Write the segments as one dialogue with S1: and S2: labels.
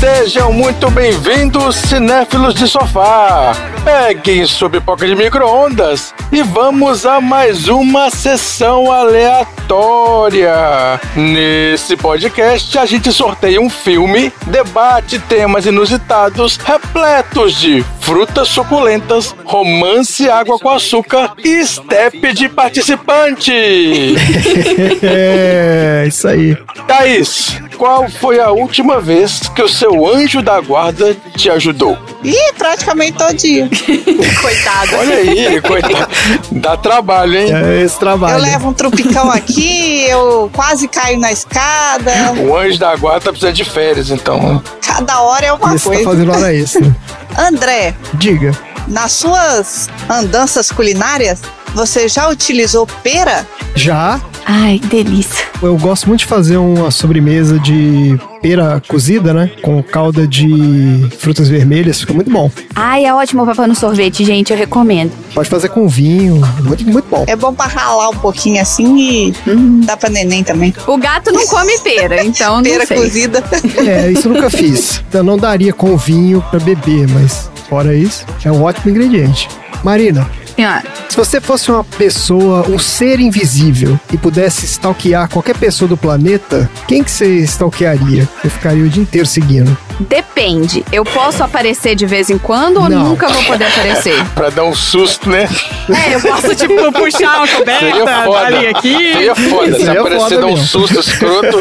S1: Sejam muito bem-vindos, cinéfilos de sofá. Peguem sua pipoca de micro-ondas e vamos a mais uma sessão aleatória. Nesse podcast, a gente sorteia um filme, debate temas inusitados repletos de frutas suculentas, romance água com açúcar e step de participante.
S2: É, isso aí.
S1: Thaís, qual foi a última vez que o seu anjo da guarda te ajudou?
S3: Ih, praticamente todinho.
S4: Coitado.
S1: Olha aí, coitado. Dá trabalho, hein?
S2: É esse trabalho.
S3: Eu levo um trupicão aqui, eu quase caio na escada.
S1: O anjo da guarda precisa de férias, então.
S3: Cada hora é uma
S2: E você tá
S3: coisa.
S2: fazendo hora extra.
S3: André,
S2: Diga.
S3: nas suas andanças culinárias, você já utilizou pera?
S2: Já,
S4: Ai, que delícia.
S2: eu gosto muito de fazer uma sobremesa de pera cozida, né? Com calda de frutas vermelhas. Fica muito bom.
S4: Ai, é ótimo pra pôr no sorvete, gente. Eu recomendo.
S2: Pode fazer com vinho. Muito, muito bom.
S3: É bom pra ralar um pouquinho assim e dá pra neném também.
S4: O gato não come pera, então não
S3: Pera
S4: sei.
S3: cozida.
S2: É, isso eu nunca fiz. Então não daria com vinho pra beber, mas fora isso, é um ótimo ingrediente. Marina,
S4: Senhora,
S2: se você fosse uma pessoa, um ser invisível e pudesse stalkear qualquer pessoa do planeta, quem que você stalkearia? Eu ficaria o dia inteiro seguindo.
S4: Depende. Eu posso aparecer de vez em quando ou
S2: Não.
S4: nunca vou poder aparecer?
S1: Pra dar um susto, né?
S4: É, eu posso, tipo, puxar uma
S1: Seria foda. Seria foda. Se
S2: Seria
S1: aparecer,
S2: foda
S1: dar um
S2: mesmo.
S1: susto escroto,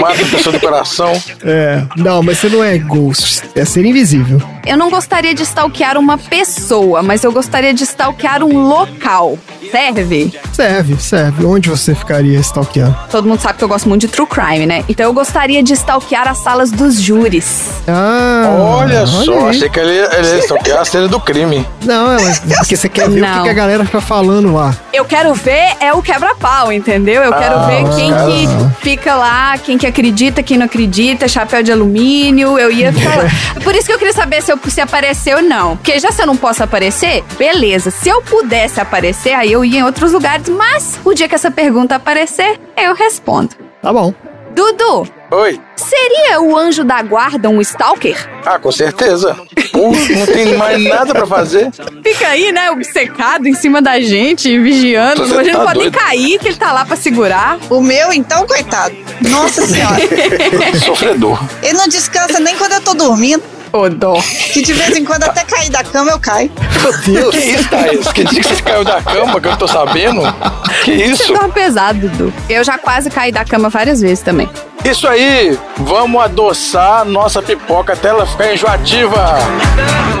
S1: mata a pessoa do coração.
S2: É. Não, mas você não é ghost, é ser invisível.
S4: Eu não gostaria de stalkear uma pessoa, mas eu gostaria de stalkear um local. Serve?
S2: Serve, serve. Onde você ficaria stalkeando?
S4: Todo mundo sabe que eu gosto muito de true crime, né? Então eu gostaria de stalkear as salas dos júris.
S2: Ah,
S1: Olha só,
S2: aí.
S1: achei que ele, ele ia stalkear a cena do crime.
S2: Não, é, mas porque você quer ver o que
S4: Não.
S2: que a galera fica falando lá.
S4: Eu quero ver é o quebra-pau, entendeu? Eu quero
S1: Ah,
S4: ver
S1: os
S4: quem
S1: caras-
S4: que fica lá, quem que acredita, quem não acredita, chapéu de alumínio, eu ia ficar lá. Por isso que eu queria saber se, eu, se apareceu ou não. Porque já se eu não posso aparecer, beleza. Se eu pudesse aparecer, aí eu ia em outros lugares, mas o dia que essa pergunta aparecer, eu respondo.
S2: Tá bom.
S4: Dudu,
S1: Oi.
S4: seria o anjo da guarda um stalker?
S1: Ah, com certeza. Puxa, não tem mais nada pra fazer.
S4: Fica aí, né, obcecado em cima da gente, vigiando.
S1: Você
S4: A gente não
S1: tá
S4: pode nem
S1: doido?
S4: cair, que ele tá lá pra segurar.
S3: O meu, então, coitado. Nossa senhora.
S1: Sofredor.
S3: Ele não descansa nem quando eu tô dormindo.
S4: Ô, dó.
S3: Que de vez em quando até cair da cama eu caio.
S1: Meu Deus. Que isso, Thaís? Que dia que você caiu da cama, que eu não tô sabendo? Que
S4: Você
S1: isso?
S4: dorme pesado, Dudu. Eu já quase caí da cama várias vezes também.
S1: Isso aí. Vamos adoçar nossa pipoca até ela ficar enjoativa.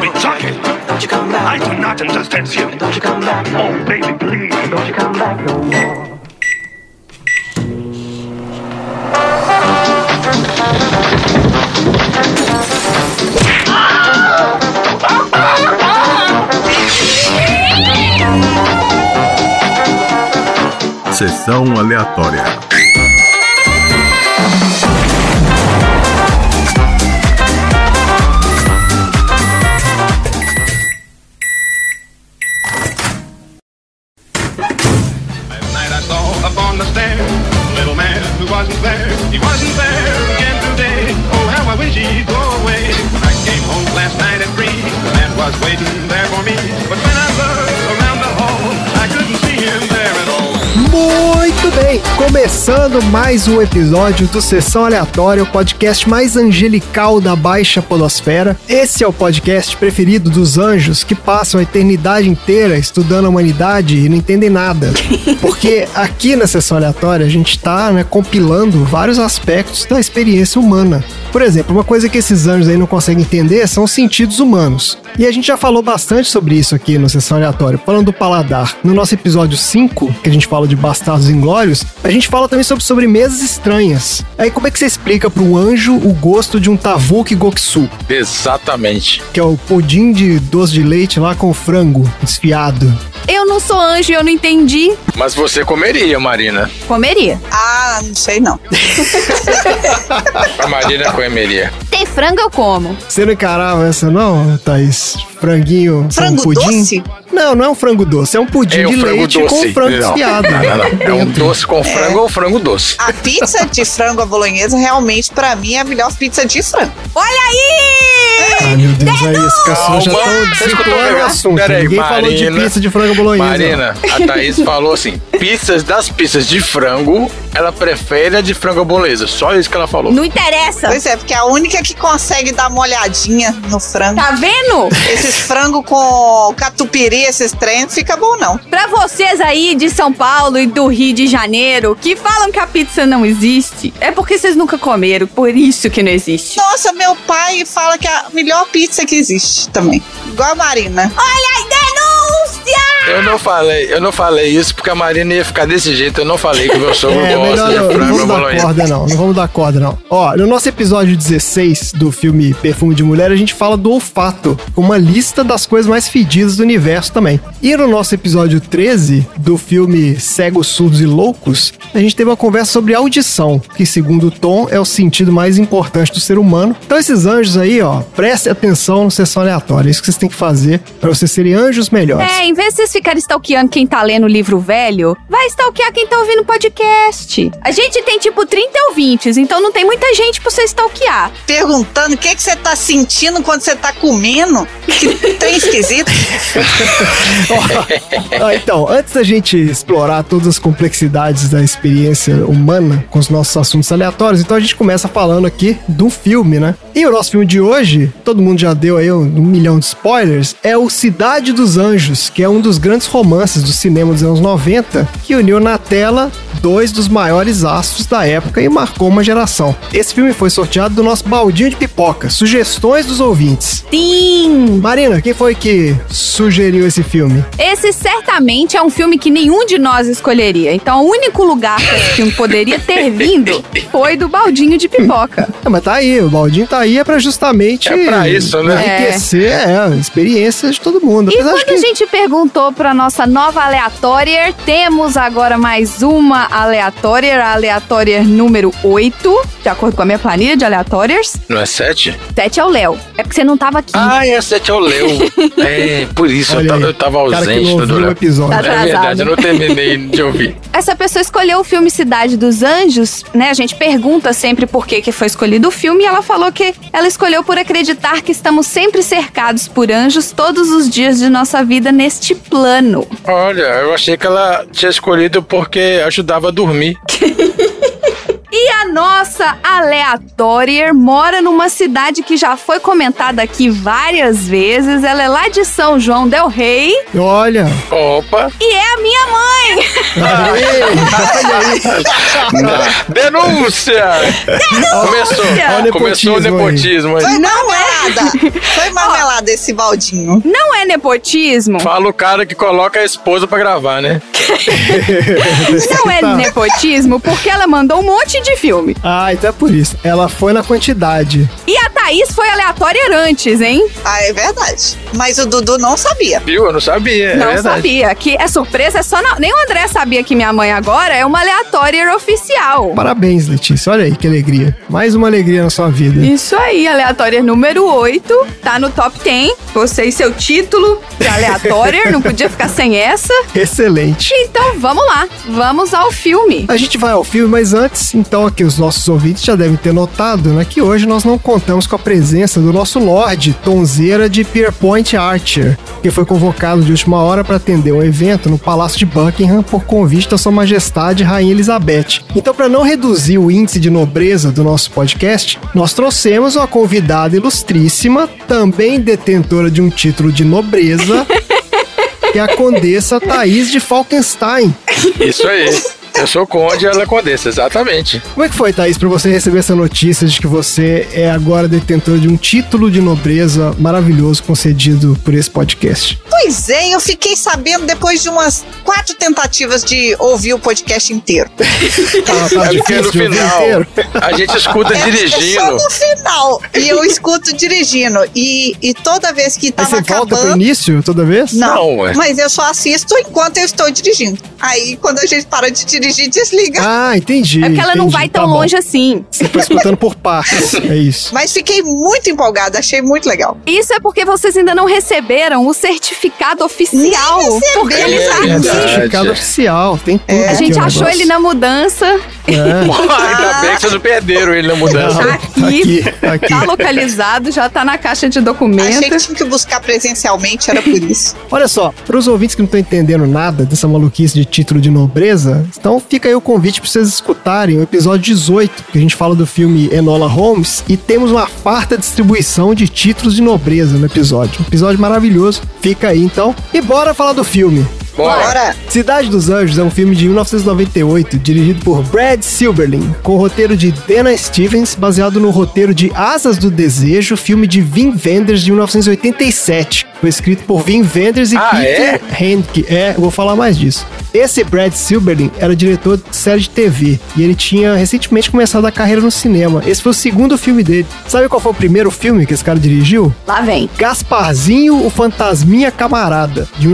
S5: been talking. Don't you come back. I do not understand you. Don't you come back. Oh, baby, please. Don't you come back.
S6: Sessão aleatória.
S5: Last night I saw up on the stairs a little man who wasn't there. He wasn't there again today. Oh, how I wish he'd go away. When I came home last night at three, the man was waiting there for me. But when I looked around the hall, I couldn't see him there at all.
S2: Muito bem, começando mais um episódio do Sessão Aleatória, o podcast mais angelical da Baixa Podosfera. Esse é o podcast preferido dos anjos que passam a eternidade inteira estudando a humanidade e não entendem nada. Porque aqui na Sessão Aleatória a gente está compilando vários aspectos da experiência humana. Por exemplo, uma coisa que esses anjos aí não conseguem entender são os sentidos humanos. E a gente já falou bastante sobre isso aqui no Sessão Aleatória, falando do paladar. No nosso episódio 5, que a gente fala de bastardos inglórios, a gente fala também sobre sobremesas estranhas. Aí como é que você explica para um anjo o gosto de um tavuki goksu,
S1: Exatamente.
S2: que é o pudim de doce de leite lá com frango desfiado?
S4: Eu não sou anjo e eu não entendi.
S1: Mas você comeria, Marina.
S4: Comeria.
S3: Ah, não sei não.
S1: A Marina comeria.
S4: tem frango, eu como.
S2: Você não encarava essa não, Thaís? Franguinho,
S3: Frango
S2: um pudim?
S3: doce?
S2: Não, não é um frango doce, é um pudim
S1: É
S2: de
S1: um frango
S2: leite
S1: doce.
S2: com frango
S1: não,
S2: desfiado.
S1: não, não, não. É um
S2: dentro.
S1: doce com frango ou frango doce.
S3: A pizza de frango à bolonhesa, realmente, pra mim, é a melhor pizza de frango.
S4: Olha aí!
S2: Ai, meu Deus, aí esse pessoal já
S1: Calma,
S2: estão
S1: vocês escutam
S2: desvirtuando
S1: o
S2: o
S1: negócio?
S2: assunto.
S1: Pera aí,
S2: Ninguém falou de
S1: Marina.
S2: pizza de frango bolonhesa.
S1: Marina, a Thaís falou assim: pizzas das pizzas de frango, ela prefere a de frango à bolonhesa. Só isso que ela falou.
S4: Não interessa.
S3: Pois é, porque é a única que consegue dar uma olhadinha no frango.
S4: Tá vendo?
S3: Esses frango com catupiry, esses trem, fica bom não.
S4: Pra vocês aí de São Paulo e do Rio de Janeiro que falam que a pizza não existe, é porque vocês nunca comeram, por isso que não existe.
S3: Nossa, meu pai fala que é a melhor pizza que existe também. Igual a Marina.
S4: Olha aí, denúncia!
S1: Eu não falei, eu não falei isso porque a Marina ia ficar desse jeito. Eu não falei que o meu sogro
S2: É,
S1: gosta
S2: melhor
S1: de
S2: não, não
S1: frango à
S2: vamos dar
S1: bolonhesa.
S2: corda, não. Não vamos dar corda, não. Ó, no nosso episódio 16 do filme Perfume de Mulher, a gente fala do olfato, uma lista das coisas mais fedidas do universo também. E no nosso episódio 13 do filme Cegos, Surdos e Loucos, a gente teve uma conversa sobre audição, que segundo o Tom é o sentido mais importante do ser humano. Então esses anjos aí, ó, prestem atenção no sessão aleatória. É isso que vocês têm que fazer pra vocês serem anjos melhores.
S4: É, em vez de vocês ficarem stalkeando quem tá lendo o livro velho, vai stalkear quem tá ouvindo podcast. A gente tem tipo 30 ouvintes, então não tem muita gente pra você stalkear.
S3: Perguntando o que que você tá sentindo quando você tá comendo. Que trem esquisito.
S2: Ah, então, antes da gente explorar todas as complexidades da experiência humana com os nossos assuntos aleatórios, então a gente começa falando aqui do filme, né? E o nosso filme de hoje, todo mundo já deu aí um, um milhão de spoilers, é o Cidade dos Anjos, que é um dos grandes romances do cinema dos anos 90, que uniu na tela dois dos maiores astros da época e marcou uma geração. Esse filme foi sorteado do nosso baldinho de pipoca, sugestões dos ouvintes.
S4: Sim!
S2: Marina, quem foi que sugeriu esse filme?
S4: Esse certamente é um filme que nenhum de nós escolheria. Então, o único lugar que esse filme poderia ter vindo foi do baldinho de pipoca.
S2: É, mas tá aí, o Baldinho tá aí é pra justamente.
S1: É pra isso, né?
S2: Enriquecer é, a experiência de todo mundo.
S4: E
S2: Apesar de
S4: quando a gente perguntou pra nossa nova aleatória, temos agora mais uma aleatória, a aleatória número 8, de acordo com a minha planilha de aleatórias.
S1: Não é sete?
S4: Sete é o Léo. É porque você não tava aqui.
S1: Ah, é sete é o Leo. É, por isso eu
S2: Olha aí,
S1: tava, eu tava
S2: cara que
S1: ausente né,
S2: não
S1: no do
S2: ouviu o
S1: Leo.
S2: episódio.
S4: Tá
S1: É
S4: atrasado.
S1: verdade, eu não terminei de ouvir.
S4: Essa pessoa escolheu o filme Cidade dos Anjos, né? A gente pergunta sempre por que, que foi escolhido o filme e ela falou que ela escolheu por acreditar que estamos sempre cercados por anjos todos os dias de nossa vida neste plano.
S1: Olha, eu achei que ela tinha escolhido porque ajudava a dormir.
S4: E a nossa aleatória mora numa cidade que já foi comentada aqui várias vezes. Ela é lá de São João del Rei
S2: Olha,
S1: Opa!
S4: e é a minha mãe. é
S1: Ah, Denúncia! Começou,
S4: Olha
S2: o
S1: começou o
S2: nepotismo
S1: nepotismo aí.
S3: Foi marmelada. Foi marmelada esse baldinho.
S4: Não é nepotismo?
S1: Fala o cara que coloca a esposa pra gravar, né?
S4: Não é
S2: Tá.
S4: nepotismo porque ela mandou um monte de filme.
S2: ah, então é por isso. Ela foi na quantidade.
S4: E a Thaís foi aleatória antes, hein?
S3: Ah, é verdade. Mas o Dudu não sabia.
S1: Viu? Eu não sabia,
S4: Não
S1: é verdade.
S4: sabia. Que é surpresa, é só na... nem o André sabia que minha mãe agora é uma aleatória oficial.
S2: Parabéns, Letícia. Olha aí que alegria. Mais uma alegria na sua vida.
S4: Isso aí, aleatória número 8, tá no top 10. Você e seu título de aleatória, não podia ficar sem essa.
S2: Excelente.
S4: Então vamos lá, vamos ao filme.
S2: A gente vai ao filme, mas antes, então, aqui os nossos ouvintes já devem ter notado, né, que hoje nós não contamos com a presença do nosso Lorde Tonzeira de Pierpoint Archer, que foi convocado de última hora para atender um evento no Palácio de Buckingham por convite da Sua Majestade Rainha Elizabeth. Então, para não reduzir o índice de nobreza do nosso podcast, nós trouxemos uma convidada ilustríssima, também detentora de um título de nobreza. Que é a Condessa Thaís de Falkenstein.
S1: Isso aí. Eu sou conde e ela é condessa, exatamente.
S2: Como é que foi, Thaís, pra você receber essa notícia de que você é agora detentor de um título de nobreza maravilhoso concedido por esse podcast?
S3: Pois é, eu fiquei sabendo depois de umas quatro tentativas de ouvir o podcast inteiro.
S2: Tá, tá
S1: É porque no
S2: difícil de ouvir
S1: final
S2: inteiro?
S1: a gente escuta
S3: É só
S1: dirigindo.
S3: no final. E eu escuto dirigindo. E, e toda vez que
S2: Aí
S3: tava
S2: você volta pro
S3: acabando.
S2: início toda vez?
S3: Não,
S1: Não, ué.
S3: mas eu só assisto enquanto eu estou dirigindo. Aí, quando a gente para de dirigir, desliga.
S2: Ah, entendi.
S4: É porque ela não
S2: entendi.
S4: vai
S2: Tá
S4: tão
S2: bom.
S4: longe assim.
S2: Você foi escutando por partes. É isso.
S3: Mas fiquei muito empolgada, achei muito legal.
S4: Isso é porque vocês ainda não receberam o certificado oficial.
S3: Nem recebemos.
S4: Porque ele
S7: É
S4: tá
S7: verdade.
S4: aqui.
S2: Certificado oficial, tem tudo.
S4: A
S2: aqui
S4: gente
S2: o
S4: achou
S2: é, um negócio.
S4: ele na mudança.
S2: É.
S1: Ainda bem que vocês não perderam ele na mudança.
S4: Tá aqui.
S2: Tá aqui.
S4: Tá localizado, já tá na caixa de
S3: Achei que
S4: documentos.
S3: tinha que buscar presencialmente, era por isso.
S2: Olha só, para os ouvintes que não estão entendendo nada dessa maluquice de título de nobreza, então fica aí o convite para vocês escutarem o episódio 18, que a gente fala do filme Enola Holmes, e temos uma farta distribuição de títulos de nobreza no episódio. Um episódio maravilhoso, fica aí então. E bora falar do filme.
S1: Bora.
S3: Bora.
S2: Cidade dos Anjos é um filme de 1998, dirigido por Brad Silberling, com o roteiro de Dana Stevens, baseado no roteiro de Asas do Desejo, filme de Vin Wenders de 1987. Foi escrito por Vin Wenders e
S1: Ah,
S2: Peter Handke. É, eu vou falar mais disso. Esse Brad Silberling era diretor de série de TV e ele tinha recentemente começado a carreira no cinema. Esse foi o segundo filme dele. Sabe qual foi o primeiro filme que esse cara dirigiu?
S4: Lá vem.
S2: Gasparzinho, o Fantasminha Camarada, de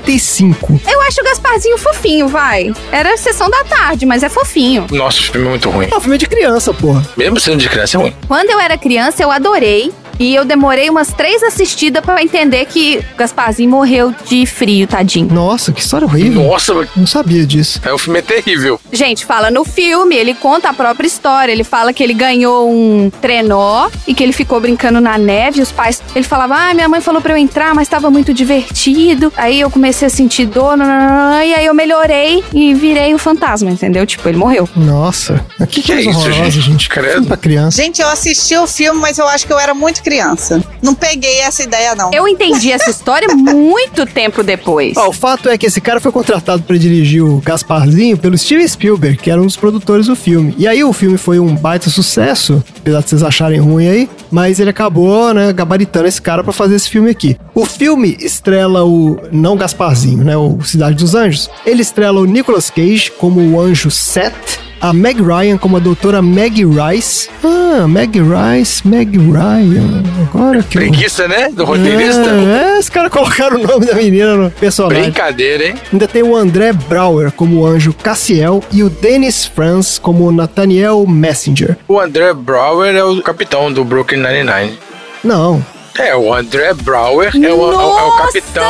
S2: 1995.
S4: Eu acho o Gasparzinho fofinho, vai. Era sessão da tarde, mas é fofinho.
S1: Nossa, o filme é muito ruim.
S2: É um filme de criança, porra.
S1: Mesmo sendo de criança, é ruim.
S4: Quando eu era criança, eu adorei. E eu demorei umas três assistidas pra entender que o Gasparzinho morreu de frio, tadinho.
S2: Nossa, que história horrível.
S1: Nossa,
S2: Não sabia disso.
S1: é, o filme é terrível.
S4: Gente, fala no filme, ele conta a própria história. Ele fala que ele ganhou um trenó e que ele ficou brincando na neve. Os pais, ele falava, ah, minha mãe falou pra eu entrar, mas tava muito divertido. Aí eu comecei a sentir dor, nananana, e aí eu melhorei e virei o fantasma, entendeu? Tipo, ele morreu.
S2: Nossa, que,
S1: que é
S2: coisa
S1: isso,
S2: horrorosa,
S1: gente?
S2: gente.
S1: Credo.
S2: Filme pra criança.
S3: Gente, eu assisti o filme, mas eu acho que eu era muito criança. Não peguei essa ideia, não.
S4: Eu entendi essa história muito tempo depois.
S2: Ó, o fato é que esse cara foi contratado pra dirigir o Gasparzinho pelo Steven Spielberg, que era um dos produtores do filme. E aí o filme foi um baita sucesso, apesar de vocês acharem ruim aí, mas ele acabou, né, gabaritando esse cara pra fazer esse filme aqui. O filme estrela o não Gasparzinho, né, o Cidade dos Anjos. Ele estrela o Nicolas Cage como o anjo Seth, a Meg Ryan como a doutora Meg Rice. Ah, Meg Rice, Meg Ryan. Agora que eu...
S1: Preguiça, né? Do roteirista.
S2: É, é, os caras colocaram o nome da menina no personagem.
S1: Brincadeira, hein?
S2: Ainda tem o André Brauer como o anjo Cassiel e o Dennis Franz como o Nathaniel Messenger.
S1: O André Brower é o capitão do Brooklyn 99.
S2: Não.
S1: É, o André Brower é o, é o- é o capitão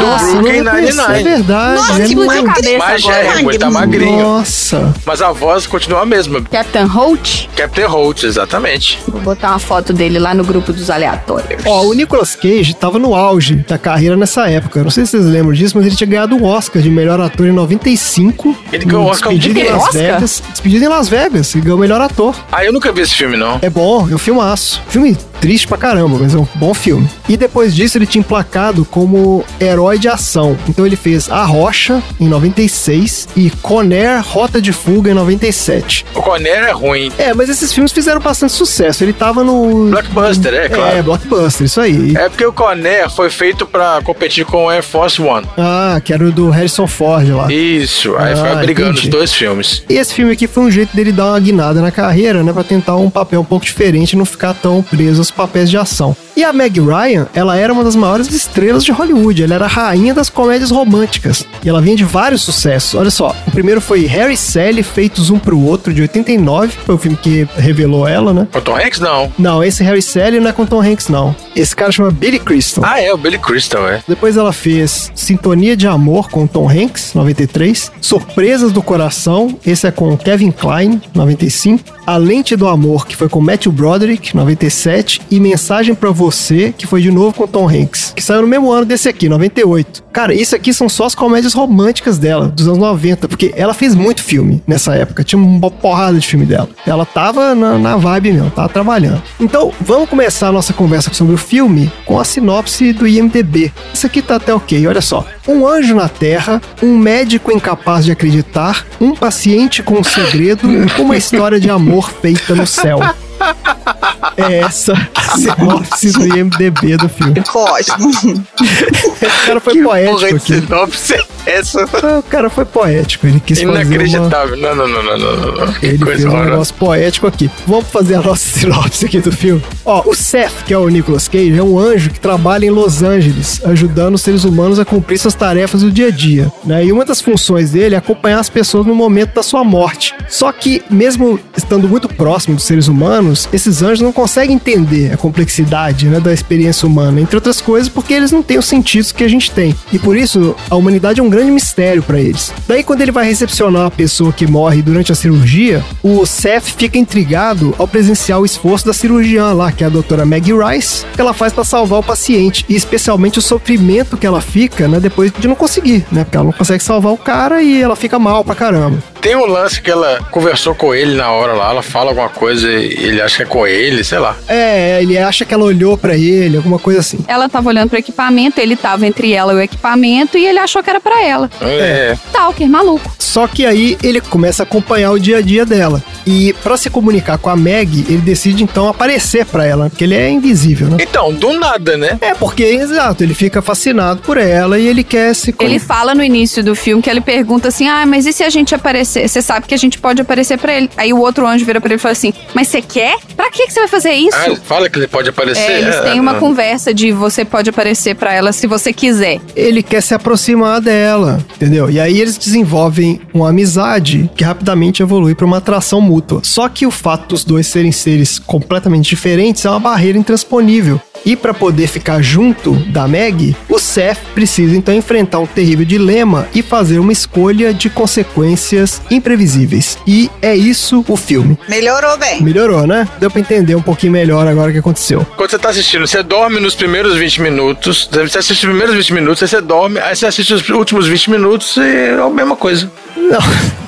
S1: do
S4: Nossa!
S2: eu não
S1: Brooklyn
S2: reconheci, É
S1: 99.
S2: verdade.
S4: Nossa,
S2: né?
S4: que explodiu a cabeça agora.
S1: Magérrimo, ele tá magrinho.
S2: Nossa.
S1: Mas a voz continua a mesma.
S4: Captain Holt,
S1: Captain Holt, exatamente.
S4: vou botar uma foto dele lá no grupo dos aleatórios.
S2: Ó, o Nicolas Cage tava no auge da carreira nessa época. Não sei se vocês lembram disso, mas ele tinha ganhado o Oscar de melhor ator em 95.
S1: Ele ganhou
S2: no
S1: o Oscar de
S2: Despedido
S1: quê?
S2: em Las
S4: Oscar?
S2: Vegas. Despedido em Las Vegas. Ele ganhou o melhor ator.
S1: Ah, eu nunca vi esse filme, não.
S2: É bom, é um filmaço. Filme triste pra caramba, mas é um bom filme. E depois disso ele tinha emplacado como herói de ação. Então ele fez A Rocha em 96 e Conair Rota de Fuga em 97.
S1: O Conner é ruim.
S2: É, mas esses filmes fizeram bastante sucesso. Ele tava no.
S1: Blockbuster, é, claro.
S2: É, blockbuster, isso aí.
S1: É porque o Conner foi feito pra competir com o Air Force One.
S2: Ah, que era o do Harrison Ford lá.
S1: Isso, aí
S2: Ah,
S1: foi brigando
S2: entendi.
S1: os dois filmes.
S2: E esse filme aqui foi um jeito dele dar uma guinada na carreira, né? Pra tentar um papel um pouco diferente e não ficar tão preso aos papéis de ação. E a Meg Ryan, ela era uma das maiores estrelas de Hollywood. Ela era a rainha das comédias românticas. E ela vinha de vários sucessos. Olha só, o primeiro foi Harry e Sally, Feitos Um Pro Outro, de 89. Foi o filme que revelou ela, né?
S1: O Tom Hanks, não.
S2: Não, esse Harry e Sally não é com Tom Hanks, não. Esse cara chama Billy Crystal.
S1: Ah, é, o Billy Crystal, é.
S2: Depois ela fez Sintonia de Amor com Tom Hanks, 93. Surpresas do Coração, esse é com Kevin Klein, 95. A Lente do Amor, que foi com Matthew Broderick, 97. E Mensagem pra Você, que foi de novo com Tom Hanks, que saiu no mesmo ano desse aqui, 98. Cara, isso aqui são só as comédias românticas dela, dos anos 90, porque ela fez muito filme nessa época. Tinha uma porrada de filme dela. Ela tava na, na vibe mesmo, tava trabalhando. Então, vamos começar a nossa conversa sobre o filme com a sinopse do IMDB. Isso aqui tá até ok, olha só. Um anjo na Terra, um médico incapaz de acreditar, um paciente com um segredo, uma história de amor feita no céu. É essa sinopse do IMDB do filme.
S3: Ficou ótimo.
S2: O cara foi poético
S1: Porra de
S2: aqui. Ah,
S1: sinopse é essa?
S2: O cara foi poético, ele quis fazer uma...
S1: Inacreditável. Não, não, não, não, não, não, não. Que
S2: Ele fez
S1: coisa
S2: um
S1: horrorosa.
S2: negócio poético aqui. Vamos fazer a nossa sinopse aqui do filme. Ó, o Seth, que é o Nicolas Cage, é um anjo que trabalha em Los Angeles, ajudando os seres humanos a cumprir suas tarefas do dia a dia. Né? E uma das funções dele é acompanhar as pessoas no momento da sua morte. Só que, mesmo estando muito próximo dos seres humanos, esses anjos não conseguem entender a complexidade né, da experiência humana, entre outras coisas porque eles não têm os sentidos que a gente tem. E por isso, a humanidade é um grande mistério pra eles. Daí, quando ele vai recepcionar a pessoa que morre durante a cirurgia, o Seth fica intrigado ao presenciar o esforço da cirurgiã lá, que é a doutora Maggie Rice, que ela faz pra salvar o paciente, e especialmente o sofrimento que ela fica, né, depois de não conseguir, né, porque ela não consegue salvar o cara e ela fica mal pra caramba.
S1: Tem um lance que ela conversou com ele na hora lá, ela fala alguma coisa e ele acha que é com ele, sei lá.
S2: É, ele acha que ela olhou pra ele, alguma coisa assim.
S8: Ela tava olhando pro equipamento, ele tava entre ela e o equipamento e ele achou que era pra ela.
S1: É.
S8: Talker, maluco.
S2: Só que aí ele começa a acompanhar o dia a dia dela. E pra se comunicar com a Meg, ele decide então aparecer pra ela, porque ele é invisível, né?
S1: Então, do nada, né?
S2: É, porque, exato, ele fica fascinado por ela e ele quer se con-
S8: Ele fala no início do filme que ele pergunta assim: Ah, mas e se a gente aparecer? Você sabe que a gente pode aparecer pra ele. Aí o outro anjo vira pra ele e fala assim: Mas você quer? Pra que que você vai fazer isso?
S1: Ah, ele fala que ele pode aparecer.
S8: É, eles
S1: Ah,
S8: têm uma
S1: não.
S8: conversa de você pode aparecer pra ela se você quiser.
S2: Ele quer se aproximar dela, entendeu? E aí eles desenvolvem uma amizade que rapidamente evolui pra uma atração mútua. Só que o fato dos dois serem seres completamente diferentes é uma barreira intransponível. E pra poder ficar junto da Meg, o Seth precisa então enfrentar um terrível dilema e fazer uma escolha de consequências imprevisíveis. E é isso o filme.
S3: Melhorou bem.
S2: Melhorou, né? Deu pra entender um pouquinho melhor agora o que aconteceu.
S1: Quando você tá assistindo, você dorme nos primeiros 20 minutos, você assiste os primeiros 20 minutos, aí você dorme, aí você assiste os últimos 20 minutos e é a mesma coisa.
S2: Não,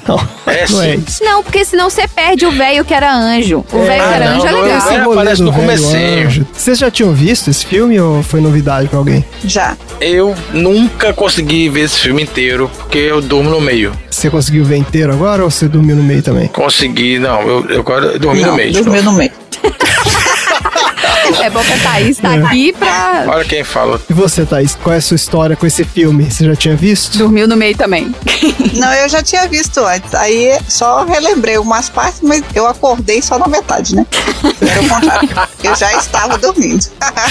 S2: não.
S1: É
S2: não é
S1: sim.
S2: isso.
S8: Não, porque senão você perde o velho que era anjo. O velho que
S1: Ah,
S8: era
S1: não,
S8: anjo é
S1: não,
S8: legal.
S1: não. aparece no
S2: Velho
S1: comecinho.
S2: Anjo. Vocês já tinham visto esse filme ou foi novidade pra alguém?
S3: Já.
S1: Eu nunca consegui ver esse filme inteiro, porque eu durmo no meio.
S2: Você conseguiu ver inteiro agora ou você dormiu no meio também?
S1: Consegui, não, eu, eu agora dormi no
S3: Não,
S1: meio.
S3: dormiu no meio.
S8: É bom que a Thaís tá aqui pra.
S1: Olha quem fala.
S2: E você, Thaís, qual é a sua história com esse filme? Você já tinha visto?
S8: Dormiu no meio também.
S3: Não, eu já tinha visto antes. Aí só relembrei umas partes, mas eu acordei só na metade, né? Era o contrário. Eu já estava dormindo.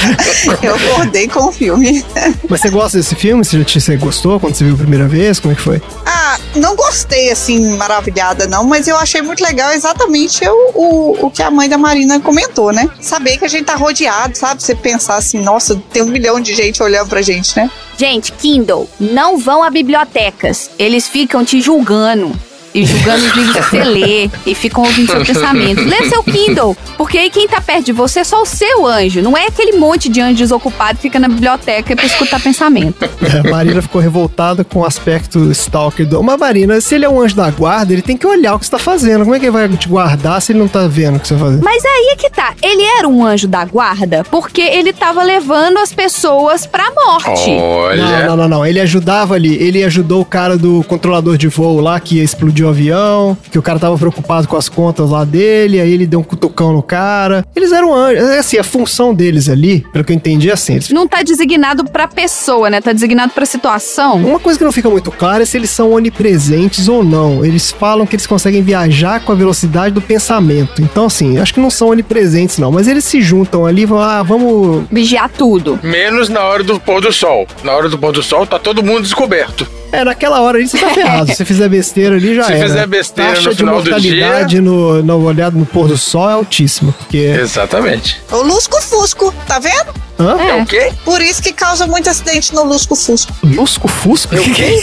S3: eu acordei com o filme.
S2: Mas você gosta desse filme? Você já tinha, você gostou quando você viu a primeira vez? Como é que foi?
S3: Ah, não gostei assim, maravilhada, não, mas eu achei muito legal exatamente o, o, o que a mãe da Marina comentou, né? Saber que a gente tá rodeado, sabe? Você pensar assim, nossa, tem um milhão de gente olhando pra gente, né?
S4: Gente, Kindle, não vão a bibliotecas. Eles ficam te julgando.
S8: E julgando os livros que você lê e ficam ouvindo seu pensamento. Lê seu Kindle, porque aí quem tá perto de você é só o seu anjo. Não é aquele monte de anjo desocupado que fica na biblioteca pra escutar pensamento.
S2: É, a Marina ficou revoltada com o aspecto stalker do. Mas, Marina, se ele é um anjo da guarda, ele tem que olhar o que você tá fazendo. Como é que ele vai te guardar se ele não tá vendo o que você tá fazendo?
S8: Mas aí é que tá. Ele era um anjo da guarda porque ele tava levando as pessoas pra morte.
S1: Olha.
S2: Não, não, não, não. Ele ajudava ali. Ele ajudou o cara do controlador de voo lá que explodiu o avião, que o cara tava preocupado com as contas lá dele, aí ele deu um cutucão no cara. Eles eram anjos. É Assim, a função deles ali, pelo que eu entendi, é assim. eles-
S8: Não tá designado pra pessoa, né? Tá designado pra situação.
S2: Uma coisa que não fica muito clara é se eles são onipresentes ou não. Eles falam que eles conseguem viajar com a velocidade do pensamento. Então, assim, acho que não são onipresentes, não. Mas eles se juntam ali e vão, ah, vamos
S8: Vigiar tudo.
S1: Menos na hora do pôr do sol. Na hora do pôr do sol tá todo mundo descoberto.
S2: É, naquela hora ali você tá ferrado. Se você fizer besteira ali, já
S1: Se
S2: era.
S1: fizer besteira
S2: Taxa
S1: no final do
S2: de mortalidade no, no olhado no pôr do sol é altíssima,
S1: É.
S2: porque...
S1: Exatamente.
S3: O lusco-fusco, tá vendo?
S2: Hã?
S1: É, o quê?
S3: Por isso que causa muito acidente no lusco-fusco.
S2: Lusco-fusco? O quê?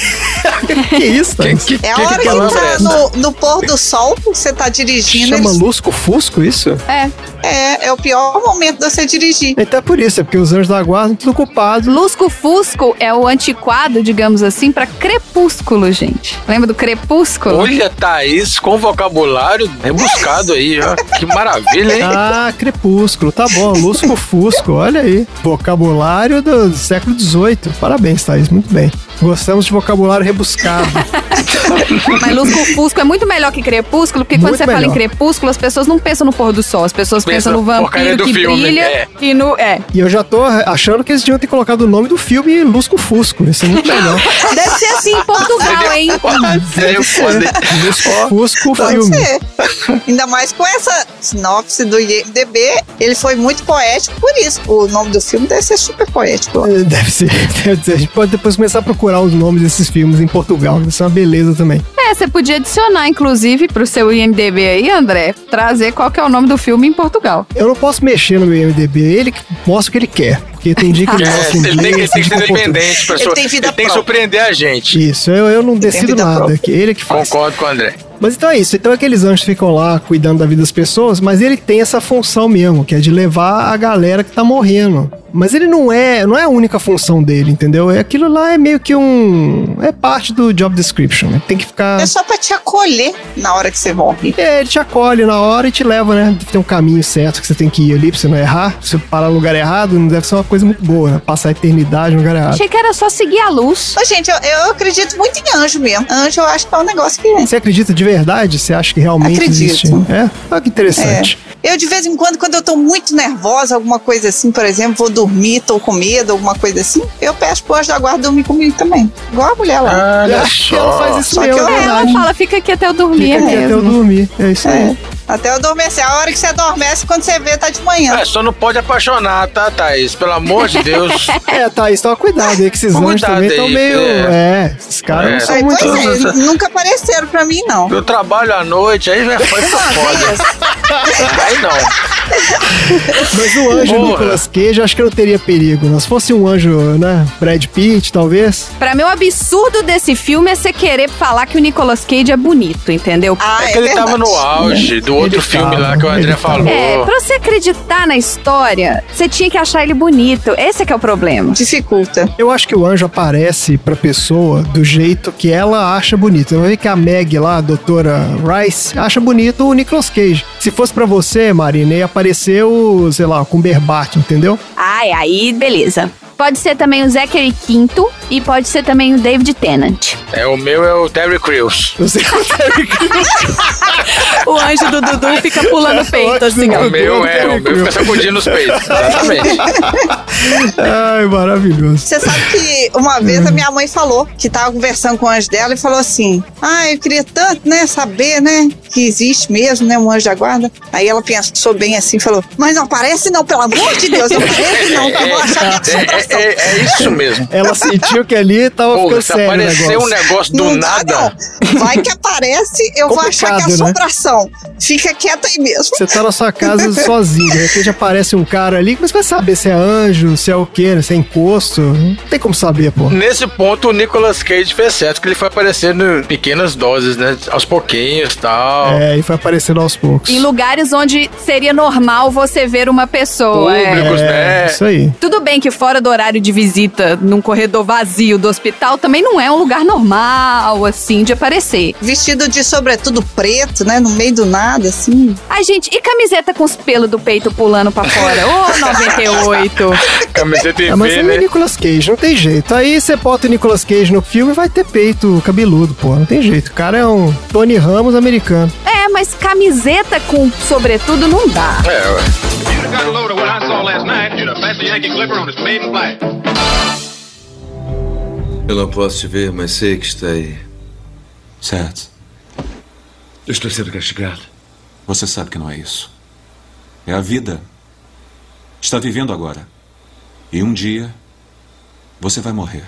S2: que
S1: Que,
S2: isso, Thaís?
S1: que,
S3: É a
S1: que-
S3: hora
S1: que
S3: que,
S1: palavra é
S3: tá
S1: essa?
S3: no, no pôr do sol, que você tá dirigindo.
S2: Chama
S3: eles-
S2: lusco-fusco isso?
S8: É.
S3: é, é o pior momento de você dirigir.
S2: Então é por isso, é porque os anjos da guarda estão tudo culpados.
S8: Lusco Fusco é o antiquado, digamos assim, pra crepúsculo, gente. Lembra do crepúsculo?
S1: Olha, Thaís, com vocabulário rebuscado aí, ó. Que maravilha, hein?
S2: Ah, crepúsculo, tá bom, lusco-fusco, olha aí. Vocabulário do século XVIII, parabéns, Thaís, muito bem. Gostamos de vocabulário rebuscado.
S8: Mas luz crepúsculo é muito melhor que crepúsculo, porque quando
S2: Muito
S8: você fala em
S2: melhor.
S8: crepúsculo, as pessoas não pensam no pôr do sol, as pessoas
S1: Pensa
S8: pensam no
S1: na porcaria
S8: vampiro
S1: do
S8: que
S1: filme,
S8: brilha
S1: é.
S8: e no. É.
S2: e eu já tô achando que eles deviam ter colocado o nome do filme Lusco Fusco. Isso é muito melhor.
S8: Deve ser assim em
S4: Ah,
S8: Portugal, hein?
S1: Seria foda.
S2: Fusco
S3: Pode
S2: filme.
S3: ser. Ainda mais com essa sinopse do IMDB, ele foi muito poético por isso. O nome do filme deve ser super poético.
S2: Eh, Deve ser, deve ser. A gente pode depois começar a procurar os nomes desses filmes em Portugal. Isso é uma beleza também.
S8: É, você podia adicionar, inclusive, pro seu IMDB aí, André, trazer qual que é o nome do filme em Portugal.
S2: Eu não posso mexer no meu IMDB. É Ele que mostra o que ele quer. Porque tem dia que ele
S1: É,
S2: mostra
S1: ele tem, que- ele
S2: inglês,
S1: tem que ser
S2: dia português.
S1: independente, pessoa.
S3: Ele tem vida
S1: que
S3: própria.
S1: surpreender a gente.
S2: Isso, eu, eu não decido
S3: vida
S2: nada.
S3: própria.
S2: que Ele é que faz.
S1: Concordo com o André.
S2: Mas então é isso. Então aqueles anjos ficam lá cuidando da vida das pessoas, mas ele tem essa função mesmo, que é de levar a galera que tá morrendo. Mas ele não é, não é a única função dele, entendeu? É aquilo lá é meio que um, é parte do job description. né? Tem que ficar
S3: É só pra te acolher na hora que você morre.
S2: é, ele te acolhe na hora e te leva, né? Tem um caminho certo que você tem que ir ali pra você não errar. Se você parar no lugar errado, não deve ser uma coisa muito boa, né? Passar a eternidade no lugar errado.
S4: Achei que era só seguir a luz.
S3: Mas, gente, eu, eu acredito muito em anjo mesmo. Anjo eu acho que é um negócio que.
S2: Você acredita de verdade? Você acha que realmente
S3: Acredito. É.
S2: existe? É? Olha que interessante.
S3: Eu, de vez em quando, quando eu tô muito nervosa, alguma coisa assim, por exemplo, vou dormir, tô com medo, alguma coisa assim, eu peço pro anjo da guarda dormir comigo também. Igual a mulher lá.
S2: Ah,
S1: Olha
S2: Ela
S1: só.
S2: faz isso
S3: Só que
S2: mesmo,
S3: eu-
S2: é
S8: É, ela
S2: verdade.
S8: fala, fica aqui até eu dormir
S2: Fica
S8: é
S2: aqui até eu
S8: mesmo.
S2: dormir. É isso aí.
S3: É. Até eu adormecer. A hora que você adormece, quando você vê, tá de manhã.
S1: É, só não pode apaixonar, tá, Thaís? Pelo amor de Deus.
S2: É, Thaís, toma cuidado aí, que esses
S1: Toma
S2: anjos
S1: cuidado
S2: também estão
S1: aí,
S2: meio.
S1: é.
S2: É, esses caras
S1: É.
S2: não
S3: Aí,
S2: são
S3: pois
S2: muito.
S3: é, eles nunca apareceram pra mim, não.
S1: Eu trabalho à noite, aí já foi pra foda. Aí não.
S2: Mas o anjo
S1: Porra.
S2: Nicolas Cage, eu acho que não teria perigo. não. Se fosse um anjo, né? Brad Pitt, talvez.
S8: Pra mim, o absurdo desse filme é você querer falar que o Nicolas Cage é bonito, entendeu?
S3: Ah,
S1: É que ele tava
S3: verdade.
S1: no auge do outro filme lá
S2: tava,
S1: que o André
S2: ele tava.
S1: falou.
S8: É, pra você acreditar na história, você tinha que achar ele bonito. Esse é que é o problema.
S3: Dificulta.
S2: Eu acho que o anjo aparece pra pessoa do jeito que ela acha bonito. Eu vejo que a Meg lá, a doutora Rice, acha bonito o Nicolas Cage. Se fosse pra você, Marina, ia aparecer o, sei lá, com Berbat, entendeu?
S4: Ai, aí, beleza. Pode ser também o Zachary Quinto e pode ser também o David Tennant.
S1: É, o meu é o Terry Crews.
S2: Eu sei
S1: tá
S8: O anjo do Dudu fica pulando peito, assim, ó.
S1: Tá O meu é,
S2: Terry
S1: o meu fica sacudindo os peitos. Exatamente. tá-
S2: Ai, maravilhoso.
S3: Você sabe que uma vez a minha mãe falou que tava conversando com o anjo dela e falou assim: Ah, eu queria tanto, né, saber, né, que existe mesmo, né, um anjo da guarda. Aí ela pensou bem assim e falou: Mas não aparece não, pelo amor de Deus, não aparece não, que eu vou achar minha
S1: É,
S3: assombração.
S1: é- é- é isso mesmo.
S2: Ela sentiu que ali tava
S1: Pô,
S2: ficando
S1: se
S2: sério o
S1: aparecer
S2: negócio.
S1: um negócio do
S3: Não dá,
S1: nada.
S3: não. Vai que aparece, eu vou achar que é
S2: Complicado, né?
S3: assombração. Fica quieta aí mesmo.
S2: Você tá na sua casa sozinho, de repente aparece um cara ali, mas vai saber se é anjo, se é o quê, né? se é encosto. Não tem como saber, pô.
S1: Nesse ponto, o Nicolas Cage fez certo, que ele foi aparecendo em pequenas doses, né? Aos pouquinhos e tal.
S2: É, e foi aparecendo aos poucos.
S8: Em lugares onde seria normal você ver uma pessoa. é.
S1: Público.
S2: É,
S1: né?
S2: isso aí.
S8: Tudo bem que fora do horário de visita, num corredor vazio do hospital, também não é um lugar normal, assim, de aparecer.
S3: Vestido de sobretudo preto, né, no meio do nada, assim.
S8: Ai, gente, e camiseta com os pelos do peito pulando pra fora? Ô, 98!
S1: Camiseta em
S2: Ah, mas
S1: V,
S2: aí é
S1: né?
S2: Nicolas Cage, não tem jeito. Aí você bota o Nicolas Cage no filme e vai ter peito cabeludo, pô. Não tem jeito. O cara é um Tony Ramos americano.
S8: É, mas camiseta com sobretudo não dá.
S1: É, ué.
S5: You'd have got a load of what I saw last night. You'd have passed the Yankee Clipper on its maiden flight.
S9: Eu não posso te ver, mas sei que está aí.
S6: Seth,
S9: Eu estou sendo castigado.
S6: você sabe que não é isso. É a vida. Está vivendo agora. E um dia, você vai morrer.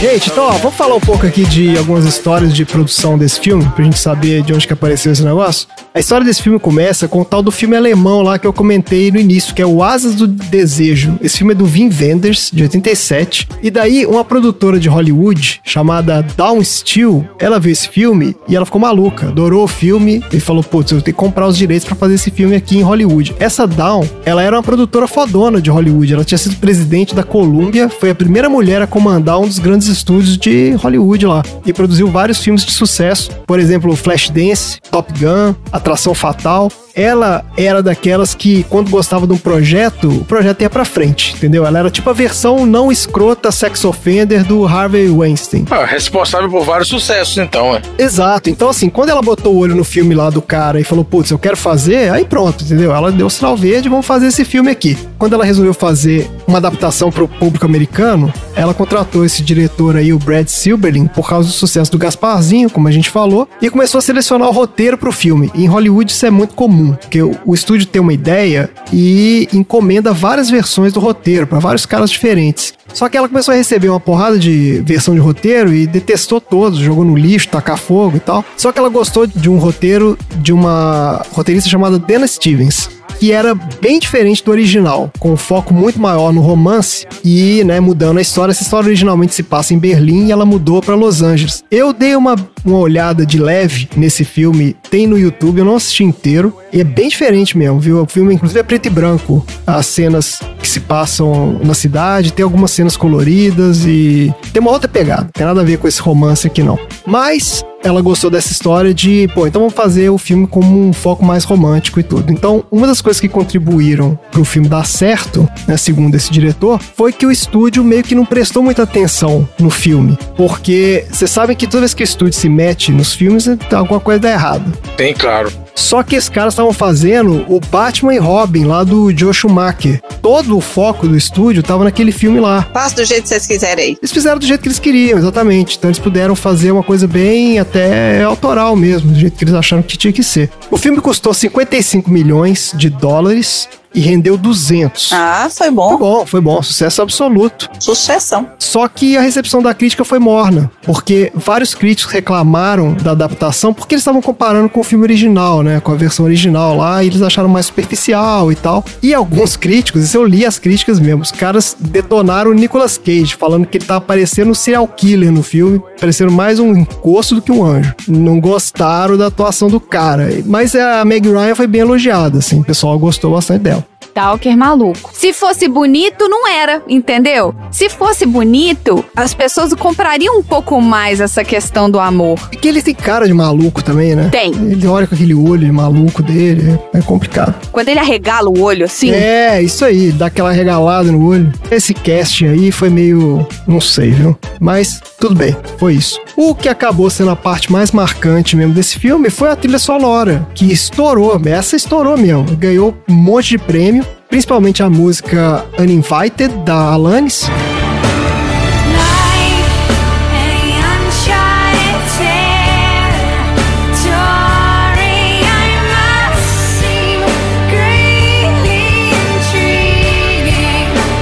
S2: Gente, então, ó, vamos falar um pouco aqui de algumas histórias de produção desse filme, pra gente saber de onde que apareceu esse negócio. A história desse filme começa com o tal do filme alemão lá que eu comentei no início, que é o Asas do Desejo. Esse filme é do Wim Wenders, de 87. E daí, uma produtora de Hollywood, chamada Dawn Steel, ela viu esse filme e ela ficou maluca, adorou o filme e falou, putz, eu tenho que comprar os direitos pra fazer esse filme aqui em Hollywood. Essa Dawn, ela era uma produtora fodona de Hollywood, ela tinha sido presidente da Columbia, foi a primeira mulher a comandar um dos grandes estúdios de Hollywood lá e produziu vários filmes de sucesso, por exemplo, Flashdance, Top Gun, Atração Fatal. Ela era daquelas que quando gostava de um projeto, o projeto ia pra frente, entendeu? Ela era tipo a versão não escrota sex offender do Harvey Weinstein.
S1: Ah, responsável por vários sucessos, então, é.
S2: Exato. Então, assim, quando ela botou o olho no filme lá do cara e falou, putz, eu quero fazer, aí pronto, entendeu? Ela deu o sinal verde, vamos fazer esse filme aqui. Quando ela resolveu fazer uma adaptação pro público americano, ela contratou esse diretor aí, o Brad Silberlin, por causa do sucesso do Gasparzinho, como a gente falou, e começou a selecionar o roteiro pro filme. E em Hollywood isso é muito comum, porque o o estúdio tem uma ideia e encomenda várias versões do roteiro para vários caras diferentes. Só que ela começou a receber uma porrada de versão de roteiro e detestou todos, jogou no lixo, tacar fogo e tal. Só que ela gostou de um roteiro de uma roteirista chamada Dana Stevens, que era bem diferente do original, com um foco muito maior no romance e, né, mudando a história. Essa história originalmente se passa em Berlim e ela mudou para Los Angeles. Eu dei uma, uma olhada de leve nesse filme, tem no YouTube, eu não assisti inteiro, e é bem diferente mesmo, viu? O filme, inclusive, é preto e branco. As cenas que se passam na cidade, tem algumas cenas coloridas e tem uma outra pegada. Tem nada a ver com esse romance aqui, não. Mas ela gostou dessa história de, pô, então vamos fazer o filme como um foco mais romântico e tudo. Então, uma das coisas que contribuíram pro filme dar certo, né, segundo esse diretor, foi que o estúdio meio que não prestou muita atenção no filme. Porque vocês sabem que toda vez que o estúdio se mete nos filmes, alguma coisa dá errado.
S1: Tem, claro.
S2: Só que esses caras estavam fazendo o Batman e Robin lá do Joe Schumacher. Todo o foco do estúdio tava naquele filme lá.
S3: Faça do jeito que vocês quiserem.
S2: Eles fizeram do jeito que eles queriam, exatamente. Então eles puderam fazer uma coisa bem até autoral mesmo, do jeito que eles acharam que tinha que ser. O filme custou 55 milhões de dólares e rendeu 200.
S3: Ah, foi
S2: Foi
S3: bom.
S2: bom, foi bom, sucesso absoluto.
S3: Sucessão.
S2: Só que a recepção da crítica foi morna, porque vários críticos reclamaram da adaptação porque eles estavam comparando com o filme original, né? Com a versão original lá, e eles acharam mais superficial e tal. E alguns críticos, isso eu li as críticas mesmo, os caras detonaram o Nicolas Cage, falando que ele tava parecendo um serial killer no filme, parecendo mais um encosto do que um anjo. Não gostaram da atuação do cara. Mas a Meg Ryan foi bem elogiada, assim, o pessoal gostou bastante dela.
S4: Stalker maluco.
S8: Se fosse bonito, não era, entendeu? Se fosse bonito, as pessoas comprariam um pouco mais essa questão do amor.
S2: E que ele tem cara de maluco também, né?
S8: Tem.
S2: Ele olha com aquele olho de maluco dele, é é complicado.
S8: Quando ele arregala o olho assim,
S2: É, isso aí, dá aquela regalada no olho. Esse casting aí foi meio. não sei, viu? Mas tudo bem, foi isso. O que acabou sendo a parte mais marcante mesmo desse filme foi a trilha sonora, que estourou, essa estourou mesmo. Ganhou um monte de prêmio, principalmente a música Uninvited, da Alanis.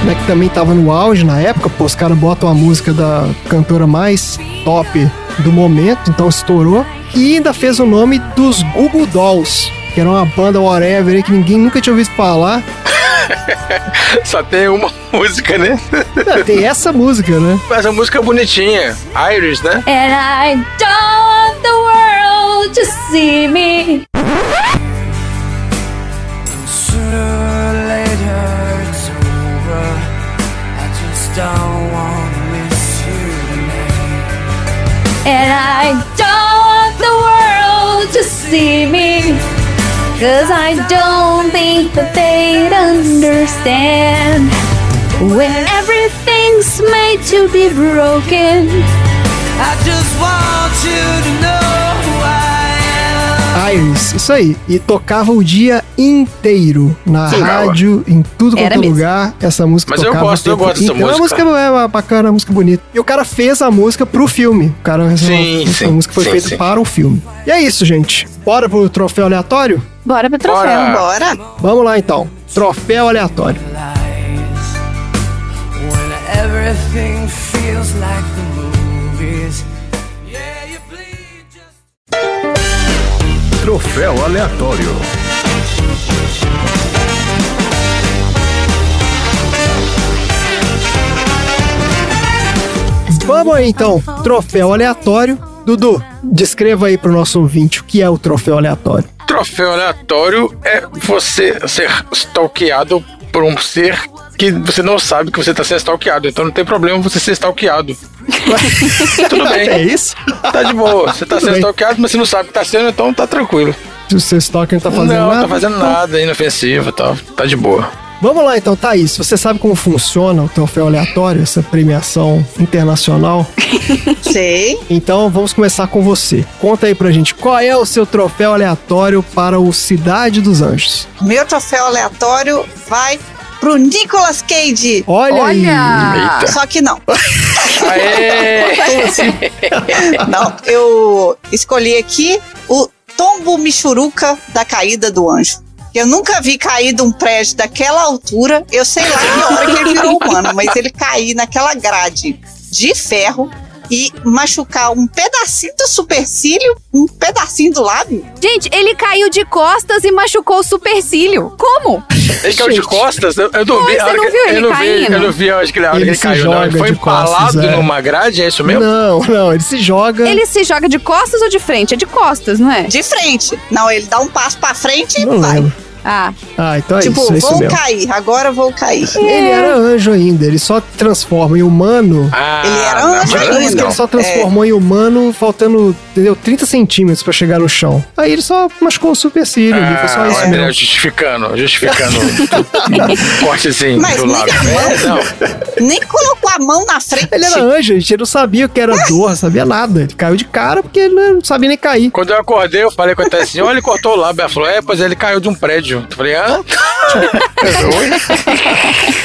S2: né, que também tava no auge na época, pô, os caras botam a música da cantora mais top do momento, então estourou. E ainda fez o nome dos Google Dolls, que era uma banda whatever aí que ninguém nunca tinha ouvido falar.
S1: Só tem uma música, né?
S2: É, Tem essa música, né?
S1: Mas a música é bonitinha. Iris, né?
S4: And I don't want the world to see me. And I don't want the world to see me. Cause I don't think that they'd understand. When everything's made to be broken.
S2: Iris, isso aí. E tocava o dia inteiro na
S1: Sim,
S2: rádio, em tudo quanto
S8: Era
S2: é
S8: mesmo.
S2: lugar. Essa música
S1: Mas eu
S2: tocava.
S1: gosto,
S2: o
S1: eu
S2: tempo
S1: gosto dessa
S2: inteiro. É uma
S1: música.
S2: música é bacana, é uma música bonita. E o cara fez a música pro filme. O cara
S1: Sim,
S2: essa
S1: sim,
S2: música foi
S1: sim,
S2: feita
S1: sim.
S2: para o filme. E é isso, gente. Bora pro troféu aleatório?
S4: Bora pra troféu.
S1: Bora.
S3: Bora.
S2: Vamos lá então. Troféu aleatório.
S10: Troféu aleatório.
S2: Vamos aí então. Troféu aleatório. Dudu, descreva aí pro nosso ouvinte o que é o troféu aleatório.
S1: Troféu aleatório é você ser stalkeado por um ser que você não sabe que você está sendo stalkeado. Então não tem problema você ser stalkeado. Tudo
S2: É
S1: bem,
S2: isso?
S1: tá de boa. Você tá
S2: Tudo
S1: sendo
S2: bem.
S1: stalkeado, mas você não sabe que tá sendo, então tá tranquilo.
S2: Se o seu stalker não tá fazendo
S1: não,
S2: nada.
S1: tá fazendo
S2: então
S1: nada, inofensivo e tal. Tá de boa.
S2: Vamos lá então, Thaís. Você sabe como funciona o troféu aleatório, essa premiação internacional?
S3: Sei.
S2: Então vamos começar com você. Conta aí pra gente qual é o seu troféu aleatório para o Cidade dos Anjos.
S3: Meu troféu aleatório vai pro Nicolas Cage.
S2: Olha, aí!
S8: Olha!
S1: Eita.
S3: Só que não.
S1: Aê!
S3: Não, eu escolhi aqui o tombo michuruca da caída do anjo. Eu nunca vi cair de um prédio daquela altura. Eu sei lá que hora que ele virou humano, mas ele cair naquela grade de ferro e machucar um pedacinho do supercílio, um pedacinho do lábio.
S4: Gente, ele caiu de costas e machucou o supercílio. Como?
S1: Ele caiu de costas? Eu, eu não vi.
S4: Foi,
S1: a
S4: você
S1: hora
S4: não
S1: que-
S4: viu
S1: eu
S4: ele
S1: não vi,
S4: caindo?
S1: Eu não vi a hora que ele, a hora
S2: Ele
S1: que ele
S2: se
S1: caiu, não. Ele
S2: joga
S1: foi
S2: de costas,
S1: empalado
S2: é.
S1: numa grade, é isso mesmo?
S2: Não, não, ele se joga.
S4: Ele se joga de costas ou de frente? É de costas, não é?
S3: De frente. Não, ele dá um passo pra frente e
S2: Não
S3: vai.
S2: lembro.
S4: Ah,
S2: Ah, então é
S3: tipo,
S2: isso, é isso
S3: vou
S2: mesmo. É,
S3: cair, agora vou cair.
S2: Ele era anjo ainda, ele só transforma em humano.
S1: Ah, É.
S3: Ele era
S1: não, mas
S3: anjo,
S2: Por isso que
S1: não.
S2: ele só transformou em humano, faltando, entendeu, 30 centímetros pra chegar no chão. Aí ele só machucou o supercílio ali, foi só
S1: Ah,
S2: isso
S1: olha,
S2: mesmo.
S1: justificando, justificando o cortezinho
S3: Mas
S1: do
S3: nem
S1: lado.
S3: a mão.
S1: Não,
S3: Nem colocou a mão na frente.
S2: Ele era anjo, gente, ele não sabia o que era dor, não sabia nada. Ele caiu de cara porque ele não sabia nem cair.
S1: quando eu acordei, eu falei com a Thaís assim, olha, ele cortou o lábio. Ela falou, é, pois é, ele caiu de um prédio. Eu falei, hã? Oi?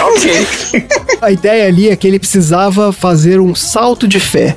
S1: ok.
S2: A ideia ali é que ele precisava fazer um salto de fé.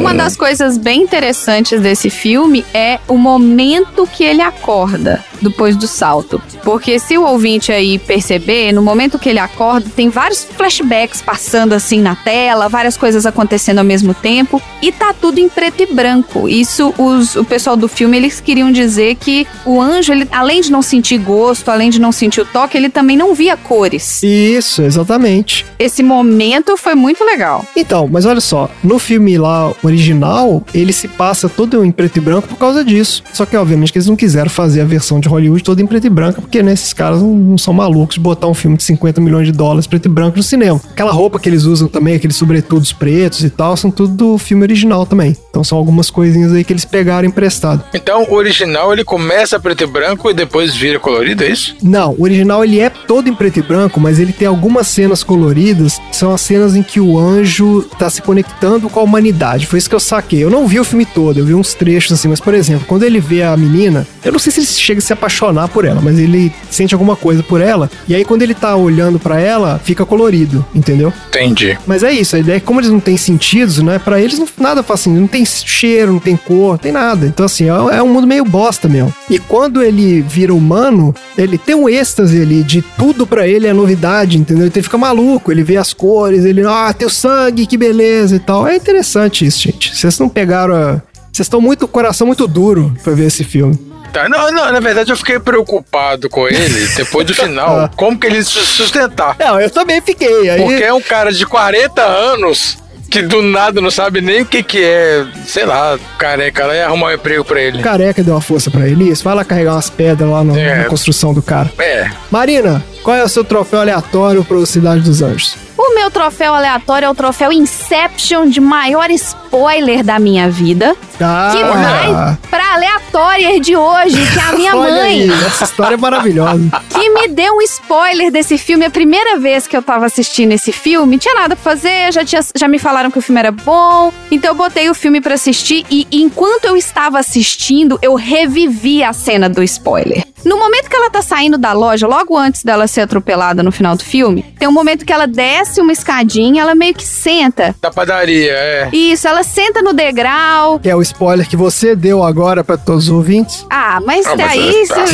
S4: Uma das coisas bem interessantes desse filme é o momento que ele acorda depois do salto. Porque se o ouvinte aí perceber, no momento que ele acorda, tem vários flashbacks passando assim na tela, várias coisas acontecendo ao mesmo tempo, e tá tudo em preto e branco. Isso os- o pessoal do filme, eles queriam dizer que o anjo, ele, além de não sentir gosto, além de não sentir o toque, ele também não via cores.
S2: Isso, exatamente.
S4: Esse momento foi muito legal.
S2: Então, mas olha só, no filme lá original, ele se passa todo em preto e branco por causa disso. Só que, obviamente, que eles não quiseram fazer a versão de Hollywood toda em preto e branco, porque né, esses caras não, não são malucos de botar um filme de 50 milhões de dólares preto e branco no cinema. Aquela roupa que eles usam também, aqueles sobretudos pretos e tal, são tudo do filme original também. Então são algumas coisinhas aí que eles pegaram emprestado.
S1: Então, o original, ele começa preto e branco e depois vira colorido, é isso?
S2: Não, o original ele é todo em preto e branco, mas ele tem algumas cenas coloridas, que são as cenas em que o anjo tá se conectando com a humanidade. Foi isso que eu saquei. Eu não vi o filme todo, eu vi uns trechos assim, mas por exemplo, quando ele vê a menina, eu não sei se ele chega a se apaixonar por ela, mas ele sente alguma coisa por ela, e aí quando ele tá olhando pra ela, fica colorido, entendeu?
S1: Entendi.
S2: Mas é isso, a ideia é que como eles não têm sentidos, né? Pra eles não- nada faz sentido, não tem cheiro, não tem cor, não tem nada. Então, assim, é, é um mundo meio bosta mesmo. E quando ele vira humano, ele tem um êxtase ali de tudo pra ele é novidade, entendeu? Então ele fica maluco, ele vê as cores, ele, ah, tem o sangue, que beleza e tal. É interessante isso, gente. Vocês não pegaram a. Vocês estão muito, coração muito duro pra ver esse filme.
S1: Tá, não, não, na verdade eu fiquei preocupado com ele depois do final. Como que ele ia se sustentar?
S2: Não, eu também fiquei. Aí...
S1: Porque é um cara de 40 anos que do nada não sabe nem o que que é, sei lá, careca, ela ia arrumar um emprego pra ele.
S2: Careca deu uma força pra ele. Isso, vai lá carregar umas pedras lá no-
S1: É.
S2: na construção do cara.
S1: É,
S2: Marina, qual é o seu troféu aleatório para o Cidade dos Anjos?
S4: O meu troféu aleatório é o troféu Inception de maior spoiler da minha vida.
S2: Ah,
S4: Que vai pra aleatória de hoje, que é a minha
S2: olha aí,
S4: mãe,
S2: essa história é maravilhosa.
S4: que me deu um spoiler desse filme. A primeira vez que eu tava assistindo esse filme, tinha nada pra fazer, já, tinha, já me falaram que o filme era bom. Então eu botei o filme pra assistir e enquanto eu estava assistindo, eu revivi a cena do spoiler. No momento que ela tá saindo da loja, logo antes dela ser atropelada no final do filme, tem um momento que ela desce uma escadinha, ela meio que senta.
S1: da padaria, é.
S4: Isso, ela senta no degrau.
S2: Que é o spoiler que você deu agora para todos os ouvintes.
S4: Ah, mas
S1: Ah, mas
S4: daí
S1: é-
S4: isso.
S1: tá.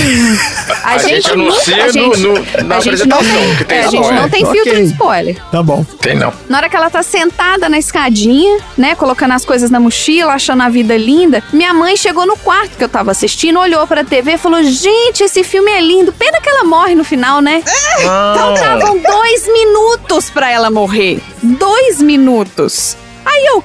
S4: A, gente, nunca, a
S1: anuncia no-
S4: gente,
S1: no-
S4: a
S1: na
S4: gente não tem,
S1: apresentação que tem
S4: é, a gente
S1: spoiler.
S4: não tem
S2: Ok.
S4: filtro de spoiler.
S2: Tá bom.
S1: Tem não.
S4: Na hora que ela tá sentada na escadinha, né, colocando as coisas na mochila, achando a vida linda, minha mãe chegou no quarto que eu tava assistindo, olhou pra TV e falou: Gente, esse filme é lindo. Pena que ela morre no final, né?
S1: Não.
S4: Faltavam dois minutos pra ela morrer. Dois minutos. Aí eu,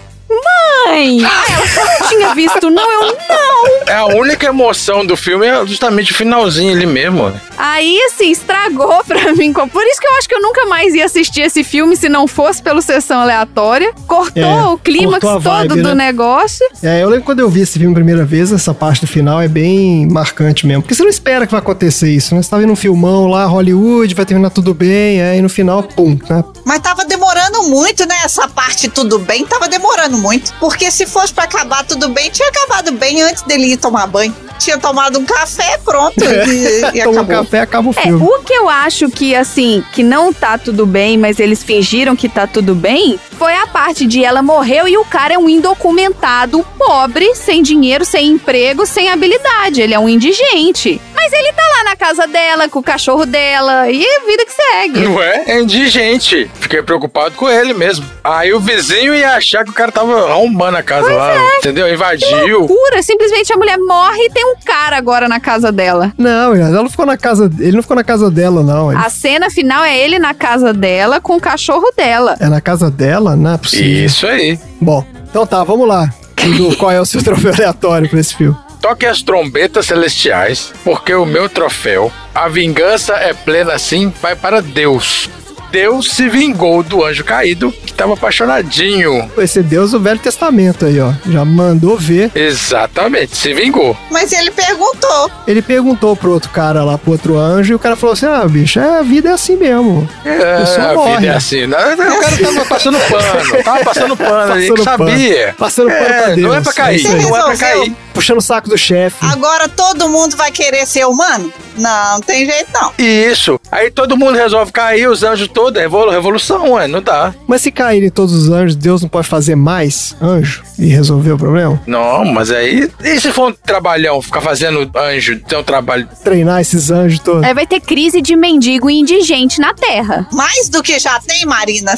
S4: mãe! Eu não tinha visto, não, eu não!
S1: É a única emoção do filme é justamente o finalzinho ali mesmo. né?
S4: Aí, assim, estragou pra mim. Por isso que eu acho que eu nunca mais ia assistir esse filme se não fosse pelo Sessão Aleatória. Cortou
S2: É,
S4: o clímax
S2: cortou a
S4: todo
S2: vibe,
S4: do
S2: né?
S4: negócio.
S2: É, eu lembro quando eu vi esse filme a primeira vez, essa parte do final é bem marcante mesmo. Porque você não espera que vai acontecer isso, né? Você tá vendo um filmão lá, Hollywood, vai terminar tudo bem, aí no final, pum, né?
S3: Mas tava demorando muito, né? Essa parte tudo bem tava demorando muito. Porque se fosse pra acabar tudo bem, tinha acabado bem antes dele ir tomar banho. Tinha tomado um café, pronto. E, e
S2: Toma
S3: acabou.
S2: um café, acaba o
S4: É,
S2: filme.
S4: o que eu acho que, assim, que não tá tudo bem, mas eles fingiram que tá tudo bem, foi a parte de ela morreu e o cara é um indocumentado, pobre, sem dinheiro, sem emprego, sem habilidade. Ele é um indigente. Mas ele tá lá na casa dela, com o cachorro dela, e é vida que segue.
S1: Não é? É indigente. Fiquei preocupado com ele mesmo. Aí o vizinho ia achar que o cara tava arrombando a casa lá, entendeu? Invadiu.
S4: Loucura, simplesmente a mulher morre e tem um cara agora na casa dela.
S2: Não, ela não ficou na casa. Ele não ficou na casa dela, não. Ele-
S4: A cena final é ele na casa dela com o cachorro dela.
S2: É na casa dela? Não é possível.
S1: Isso aí.
S2: Bom, então tá, vamos lá. Dudu, qual é o seu troféu aleatório pra esse filme?
S1: Toque as trombetas celestiais, porque o meu troféu, a vingança é plena sim, vai para Deus. Deus se vingou do anjo caído, que estava apaixonadinho.
S2: Esse Deus do Velho Testamento aí, ó. Já mandou ver.
S1: Exatamente, se vingou.
S3: Mas ele perguntou.
S2: Ele perguntou pro outro cara lá, pro outro anjo, e o cara falou assim: Ah, bicho, é, a vida é assim mesmo.
S1: É,
S2: pessoa
S1: a
S2: morre.
S1: vida é assim. né? O cara tava passando pano, tava passando pano ali, que
S2: Passando pano.
S1: sabia.
S2: Passando pano
S1: É,
S2: pra Deus.
S1: Não é pra cair,
S2: É isso aí.
S1: não é pra
S3: Resolveu.
S1: cair.
S2: Puxando o saco do chefe.
S3: Agora todo mundo vai querer ser humano? Não, não tem jeito não.
S1: E isso. Aí todo mundo resolve cair, os anjos todos, é revolu- revolução, ué, não dá.
S2: Mas se caírem todos os anjos, Deus não pode fazer mais anjo e resolver o problema?
S1: Não, mas aí. E se for um trabalhão, ficar fazendo anjo, ter um trabalho
S2: Treinar esses anjos todos.
S4: Aí vai ter crise de mendigo e indigente na terra.
S3: Mais do que já tem, Marina,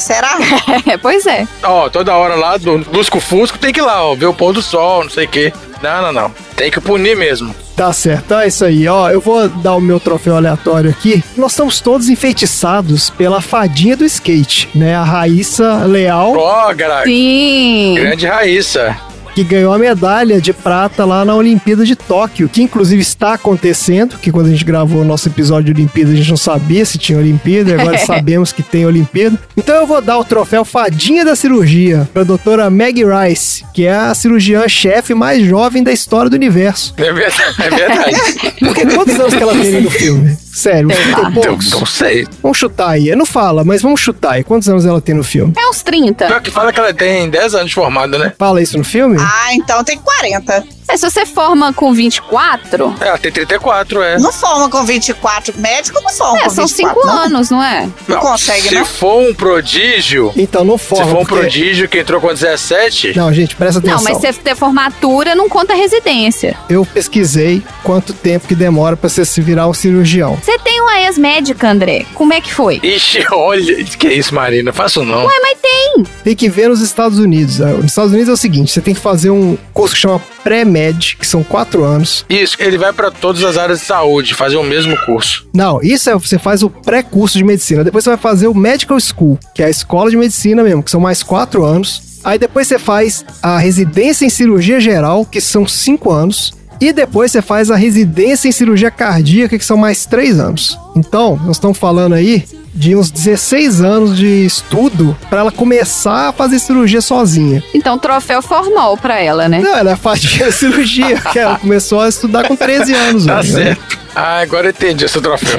S3: será?
S4: É, pois é.
S1: Ó, toda hora lá do Lusco Fusco tem que ir lá, ó, ver o pôr do sol, não sei o quê. Não, não, não. Tem que punir mesmo.
S2: Tá certo, então é isso aí, ó. Eu vou dar o meu troféu aleatório aqui. Nós estamos todos enfeitiçados pela fadinha do skate, né? A Raíssa Leal,
S1: Ó, cara,
S4: Sim.
S1: grande Raíssa.
S2: que ganhou a medalha de prata lá na Olimpíada de Tóquio, que inclusive está acontecendo, que quando a gente gravou o nosso episódio de Olimpíada, a gente não sabia se tinha Olimpíada, e agora sabemos que tem Olimpíada. Então eu vou dar o troféu fadinha da cirurgia pra doutora Maggie Rice, que é a cirurgiã-chefe mais jovem da história do universo.
S1: É verdade. É verdade.
S2: Porque quantos anos que ela tem no filme? Sério, uns 30 e
S1: Eu
S2: poucos?
S1: não sei.
S2: Vamos chutar aí. Não fala, mas vamos chutar aí. Quantos anos ela tem no filme?
S4: É uns 30.
S1: Pior que fala que ela tem 10 anos de formada, né?
S2: Fala isso no filme?
S3: Ah, então tem 40.
S4: É, se você forma com 24,
S1: É, Ela tem 34, é.
S3: Não forma com 24. Médico não forma
S4: é,
S3: com
S4: são
S3: 24.
S4: 5
S3: não.
S4: anos, não é?
S3: Não consegue,
S1: se
S3: não?
S1: for um prodígio,
S2: Então não
S1: se
S2: forma.
S1: for um
S2: porque-
S1: prodígio que entrou com 17,
S2: Não, gente, presta atenção.
S4: Não, mas você ter formatura não conta residência.
S2: Eu pesquisei quanto tempo que demora pra você se virar um cirurgião.
S4: Você tem uma ex-médica, André. Como é que foi?
S1: ixi, olha, que isso, Marina, faço não.
S4: Ué, mas tem.
S2: Tem que ver nos Estados Unidos. Ah, Nos Estados Unidos é o seguinte, você tem que fazer um curso que chama pré-med, que são quatro anos.
S1: Isso, ele vai pra todas as áreas de saúde, fazer o mesmo curso.
S2: Não, isso é você faz o pré-curso de medicina. Depois você vai fazer o medical school, que é a escola de medicina mesmo, que são mais quatro anos. Aí depois você faz a residência em cirurgia geral, que são cinco anos. E depois você faz a residência em cirurgia cardíaca, que são mais três anos. Então, nós estamos falando aí de uns 16 anos de estudo para ela começar a fazer cirurgia sozinha.
S4: Então, troféu formal pra ela, né?
S2: Não, ela faz cirurgia, que ela começou a estudar com 13 anos.
S1: Tá
S2: velho.
S1: certo. Ah, agora eu entendi esse troféu.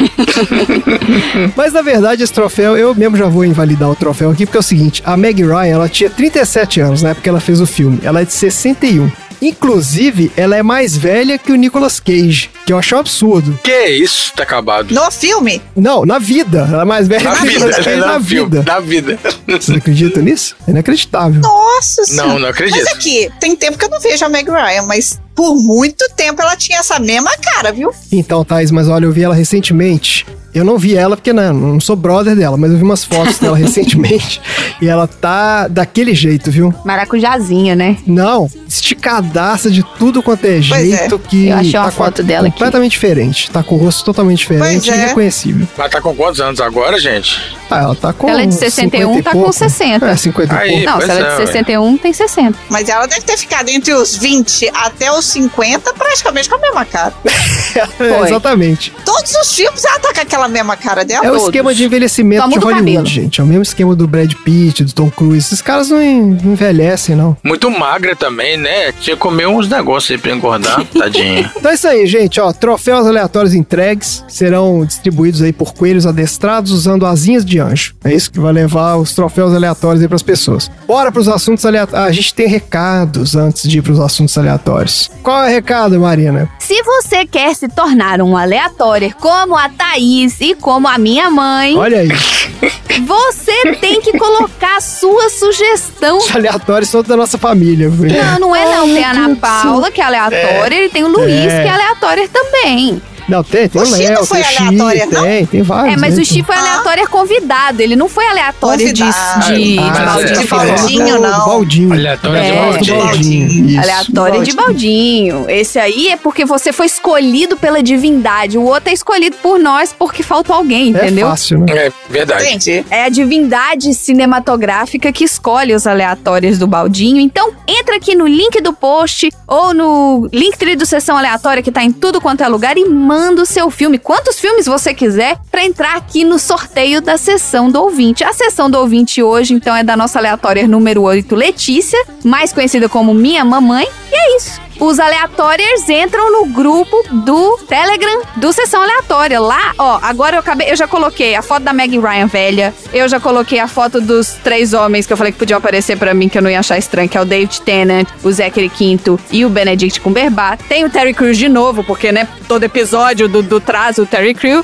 S2: Mas na verdade, esse troféu, eu mesmo já vou invalidar o troféu aqui, porque é o seguinte: a Meg Ryan, ela tinha 37 anos na época que ela fez o filme. Ela é de 61. Inclusive, ela é mais velha que o Nicolas Cage, que eu acho um absurdo.
S1: que isso, tá acabado.
S3: No filme?
S2: Não, na vida. Ela é mais velha
S1: Na
S2: que o
S1: vida, né? é um
S2: Nicolas Cage
S1: na,
S2: na
S1: vida.
S2: vida.
S1: Na vida.
S2: Vocês acreditam nisso? É inacreditável.
S3: Nossa Senhora.
S1: Não, não acredito.
S3: Mas aqui, tem tempo que eu não vejo a Meg Ryan, mas por muito tempo ela tinha essa mesma cara, viu?
S2: Então, Thaís, mas olha, eu vi ela recentemente. Eu não vi ela porque né, não sou brother dela, mas eu vi umas fotos dela recentemente e ela tá daquele jeito, viu?
S4: Maracujazinha, né?
S2: Não, esticadaça de tudo quanto é jeito que.
S4: Eu achei uma
S2: tá com a-
S4: foto dela aqui.
S2: Completamente diferente. Tá com o rosto totalmente diferente
S3: Pois
S2: e
S3: é.
S2: irreconhecível.
S1: Mas tá com quantos anos agora, gente?
S2: Ah, ela tá com
S4: Ela é de 61,
S2: 50 e
S4: tá
S2: pouco.
S4: com 60.
S2: É, 50 e
S1: Aí,
S2: pouco.
S4: Não,
S1: pois
S4: se ela
S1: é,
S4: é de
S1: ué.
S4: 61, tem 60.
S3: Mas ela deve ter ficado entre os 20 até os 50, praticamente com a mesma cara.
S2: É,
S4: Foi.
S2: exatamente.
S3: Todos os filmes ela tá com aquela mesma cara dela.
S2: É o
S3: todos.
S2: esquema de envelhecimento
S4: Só
S2: de
S4: muda o
S2: Hollywood,
S4: cabelo.
S2: gente. É o mesmo esquema do Brad Pitt, do Tom Cruise. Esses caras não en- não envelhecem, não.
S1: Muito magra também, né? Tinha que comer uns negócios aí pra engordar, tadinha.
S2: Então é isso aí, gente. Ó, troféus aleatórios entregues serão distribuídos aí por coelhos adestrados usando asinhas de anjo. É isso que vai levar os troféus aleatórios aí pras pessoas. Bora pros assuntos aleatórios. Ah, a gente tem recados antes de ir pros assuntos aleatórios. Qual é o recado, Marina?
S4: Se você quer se tornar um aleatório como a Thaís e como a minha mãe,
S2: Olha aí.
S4: você tem que colocar sua sugestão.
S2: Os aleatórios são da nossa família. viu?
S4: Não, não é não. Tem a Ana Paula, que é aleatória, e tem o Luiz,
S2: É.
S4: que é aleatória também.
S2: Não, tem, tem o
S3: O Chi não
S2: Léo,
S3: foi
S2: tem o Chi,
S3: aleatória, não?
S2: tem, tem vários.
S4: É, mas
S2: né?
S4: o Chi foi aleatório convidado. Ele não foi aleatório de,
S3: Convidado.
S4: de, de
S1: Ah,
S2: mas
S1: Baldi
S4: Maldita
S2: é, tá
S3: de
S2: falando
S4: Filó.
S3: Baldinho,
S2: do
S3: não.
S2: Baldinho.
S1: Aleatória
S4: de
S2: Eu gosto do
S4: Baldinho.
S2: Baldinho. isso.
S4: Aleatório de Baldinho. Esse aí é porque você foi escolhido pela divindade. O outro é escolhido por nós porque faltou alguém, entendeu?
S2: É fácil, né?
S1: É verdade.
S3: Entendi.
S4: É a divindade cinematográfica que escolhe os aleatórios do Baldinho. Então, entra aqui no link do post ou no link do Sessão Aleatória, que tá em tudo quanto é lugar, e manda o seu filme, quantos filmes você quiser, pra entrar aqui no sorteio da Sessão do Ouvinte. A Sessão do Ouvinte hoje, então, é da nossa aleatória número 8, Letícia, mais conhecida como Minha Mamãe. E é isso. Os aleatórios entram no grupo do Telegram do Sessão Aleatória. Lá, ó, agora eu acabei. Eu já coloquei a foto da Meg Ryan velha. Eu já coloquei a foto dos três homens que eu falei que podiam aparecer pra mim, que eu não ia achar estranho, que é o David Tennant, o Zachary Quinto e o Benedict Cumberbatch. Tem o Terry Crews de novo, porque, né, todo episódio do, do traz o Terry Crews.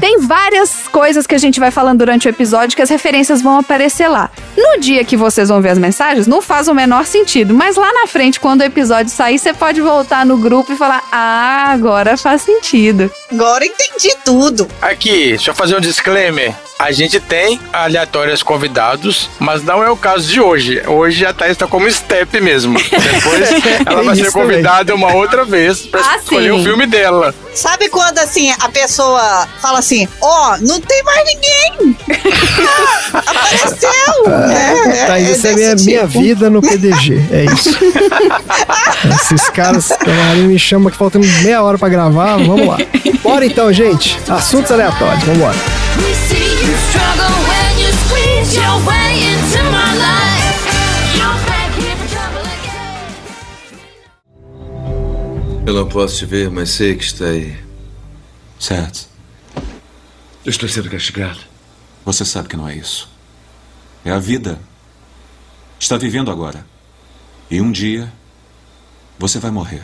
S4: Tem várias coisas que a gente vai falando durante o episódio que as referências vão aparecer lá. No dia que vocês vão ver as mensagens, não faz o menor sentido, mas lá na frente, quando o episódio sair, você pode voltar no grupo e falar: Ah, agora faz sentido.
S3: Agora entendi tudo.
S1: Aqui, deixa eu fazer um disclaimer. A gente tem aleatórios convidados, mas não é o caso de hoje. Hoje a Thaís tá como step mesmo. Depois ela
S2: Tem
S1: vai ser
S2: isso também.
S1: convidada uma outra vez pra
S4: Ah,
S1: escolher
S4: sim.
S1: o filme dela.
S3: Sabe quando assim a pessoa fala assim, ó, não tem mais ninguém! Ah, apareceu! É, é,
S2: Tá, isso é
S3: desse
S2: minha, minha
S3: tipo.
S2: vida no PDG. É isso. Esses caras, o Marinho me chama que faltando meia hora pra gravar. Vamos lá. Bora então, gente. Assuntos aleatórios. Vamos embora.
S10: We see you struggle when you squeeze your way into my life. You're back here for trouble again.
S9: Eu não posso te ver, mas sei que está aí.
S6: Certo.
S9: Eu estou sendo castigado.
S6: Você sabe que não é isso. É a vida. Está vivendo agora. E um dia você vai morrer.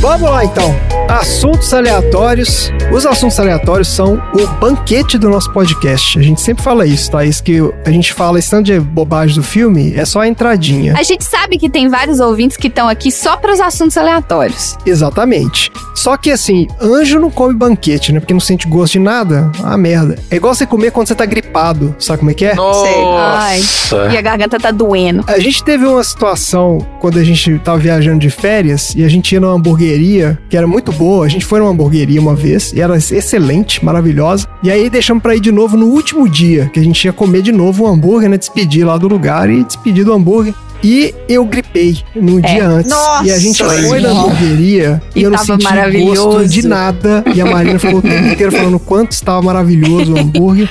S2: Vamos lá então. Assuntos aleatórios. Os assuntos aleatórios são o banquete do nosso podcast. A gente sempre fala isso, Thaís, que a gente fala esse tanto de bobagem do filme, é só a entradinha.
S4: A gente sabe que tem vários ouvintes que estão aqui só para os assuntos aleatórios.
S2: Exatamente. Só que assim, anjo não come banquete, né? Porque não sente gosto de nada. Ah, merda. É igual você comer quando você tá gripado. Sabe como é que é?
S4: E a garganta tá doendo.
S2: A gente teve uma situação quando a gente tava viajando de férias e a gente ia numa hamburgueria que era muito boa. A gente foi numa hamburgueria uma vez e era excelente, maravilhosa. E aí deixamos pra ir de novo no último dia, que a gente ia comer de novo um hambúrguer, né? Despedir lá do lugar e despedir do hambúrguer. E eu gripei no dia antes.
S3: Nossa,
S2: e a gente foi na
S3: gente.
S2: hamburgueria e,
S4: É. E
S2: eu não
S4: tava
S2: senti gosto
S4: maravilhoso.
S2: de nada. E a Marina ficou o tempo inteiro falando o quanto estava maravilhoso o hambúrguer.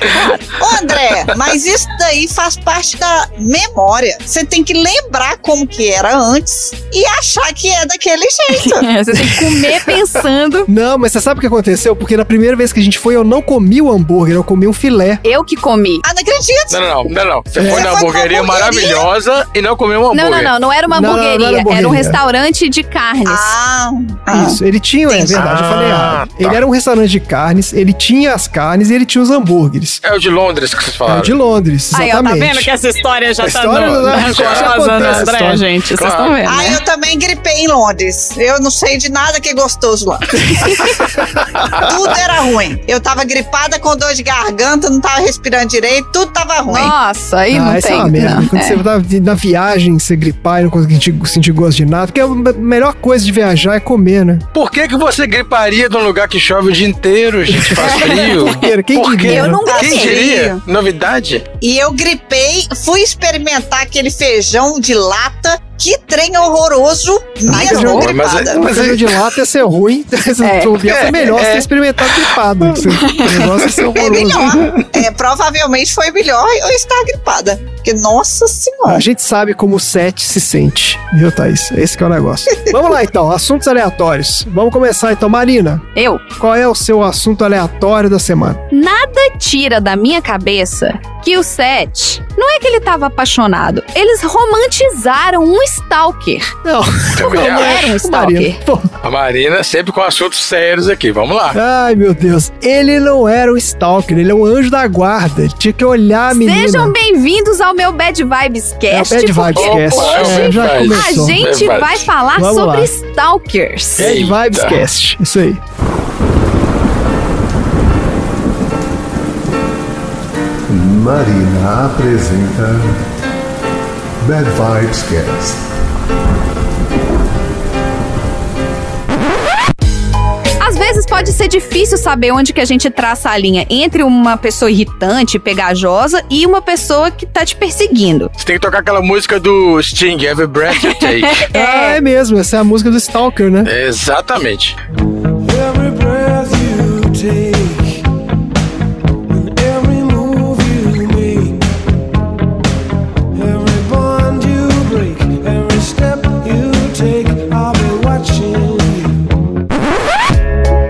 S3: Ô, André, mas isso daí faz parte da memória. Você tem que lembrar como que era antes e achar que é daquele jeito.
S4: É, Você tem que comer pensando.
S2: Não, mas você sabe o que aconteceu? Porque na primeira vez que a gente foi, eu não comi o hambúrguer, eu comi um filé.
S4: Eu que comi.
S3: Ah, não acredito!
S1: Não, não, não, não, não. Você foi na
S3: Você foi pra
S1: hamburgueria
S3: hamburgueria?
S1: maravilhosa e não comeu um hambúrguer.
S4: Não, não, não. Não era uma
S2: Não, não, não era
S4: hamburgueria. Era um
S2: hamburgueria.
S4: restaurante de carnes.
S3: Ah, ah.
S2: Isso, ele tinha, é
S3: Entendi.
S2: verdade, eu falei
S1: Ah,
S2: errado.
S1: tá.
S2: Ele era um restaurante de carnes, ele tinha as carnes e ele tinha os hambúrgueres.
S1: É o de Londres que vocês
S2: É
S1: falaram.
S2: o de Londres,
S4: Aí, ó, tá
S2: exatamente.
S4: vendo que essa história já
S2: A
S4: tá
S2: história
S4: no,
S2: do-
S4: na
S2: já
S4: gostosa
S2: acontece
S4: do
S2: essa
S4: André,
S2: história.
S4: né, gente. Vocês
S1: Claro.
S10: É,
S4: estão vendo,
S3: Ah,
S4: né?
S3: eu também gripei em Londres. Eu não sei de nada que é gostoso lá. tudo era ruim. Eu tava gripada com dor de garganta, não tava respirando direito, tudo tava ruim.
S4: Nossa, aí
S2: Ah,
S4: não
S2: essa é
S4: tem.
S2: uma merda.
S4: não.
S2: Quando
S4: É.
S2: você tá vi- na viagem, viagem, se gripar e não conseguir sentir- sentir gosto de nada. Porque a me- melhor coisa de viajar é comer, né?
S1: Por que, que você griparia num lugar que chove o dia inteiro, gente? Faz frio.
S2: Quem
S1: Por quê?
S2: diria?
S8: Eu não
S1: Quem
S8: gostei.
S1: diria? Novidade?
S3: E eu gripei, fui experimentar aquele feijão de lata. Que trem horroroso. Mesmo
S2: feijão-
S1: Mas é-
S3: gripada.
S2: Mas
S1: mas
S2: feijão
S1: aí-
S2: de lata ia ser ruim, essa
S8: É.
S2: é, foi
S1: É,
S2: melhor você
S1: é.
S2: ter experimentado gripado. Esse negócio ia ser
S3: É
S2: horroroso.
S3: melhor. É, provavelmente foi melhor eu estar gripada. Porque, nossa
S2: A
S3: senhora.
S2: gente sabe como o Sete se sente, viu, Thaís? Esse que é o negócio. Vamos lá, então. Assuntos aleatórios. Vamos começar, então. Marina,
S4: Eu.
S2: qual é o seu assunto aleatório da semana?
S4: Nada tira da minha cabeça que o Seth não é que ele tava apaixonado. Eles romantizaram um stalker.
S2: Não,
S1: Também
S4: Não
S1: acho.
S4: era um
S2: Marina.
S4: stalker.
S2: Pô,
S1: A Marina sempre com assuntos sérios aqui. Vamos lá.
S2: ai, meu Deus. Ele não era um stalker, ele é um anjo da guarda. Ele tinha que olhar a menina.
S4: Sejam bem-vindos ao meu Bad Vibes
S2: é,
S4: Cast.
S2: Bad
S4: porque
S2: Vibes Cast.
S1: hoje
S2: É, já
S1: vai.
S4: A
S2: começou.
S1: gente-
S4: gente
S1: Bad
S4: vai
S1: Vibes.
S4: falar
S2: Vamos
S4: sobre
S2: lá. É.
S4: stalkers.
S2: Bad Vibes
S1: Eita.
S2: Cast. Isso aí.
S11: Marina apresenta Bad Vibes Cast.
S4: Às vezes pode ser difícil saber onde que a gente traça a linha entre uma pessoa irritante, pegajosa e uma pessoa que tá te perseguindo.
S1: Você tem que tocar aquela música do Sting, Every Breath You Take. É,
S2: Ah, é mesmo. Essa é a música do stalker, né?
S1: Exatamente.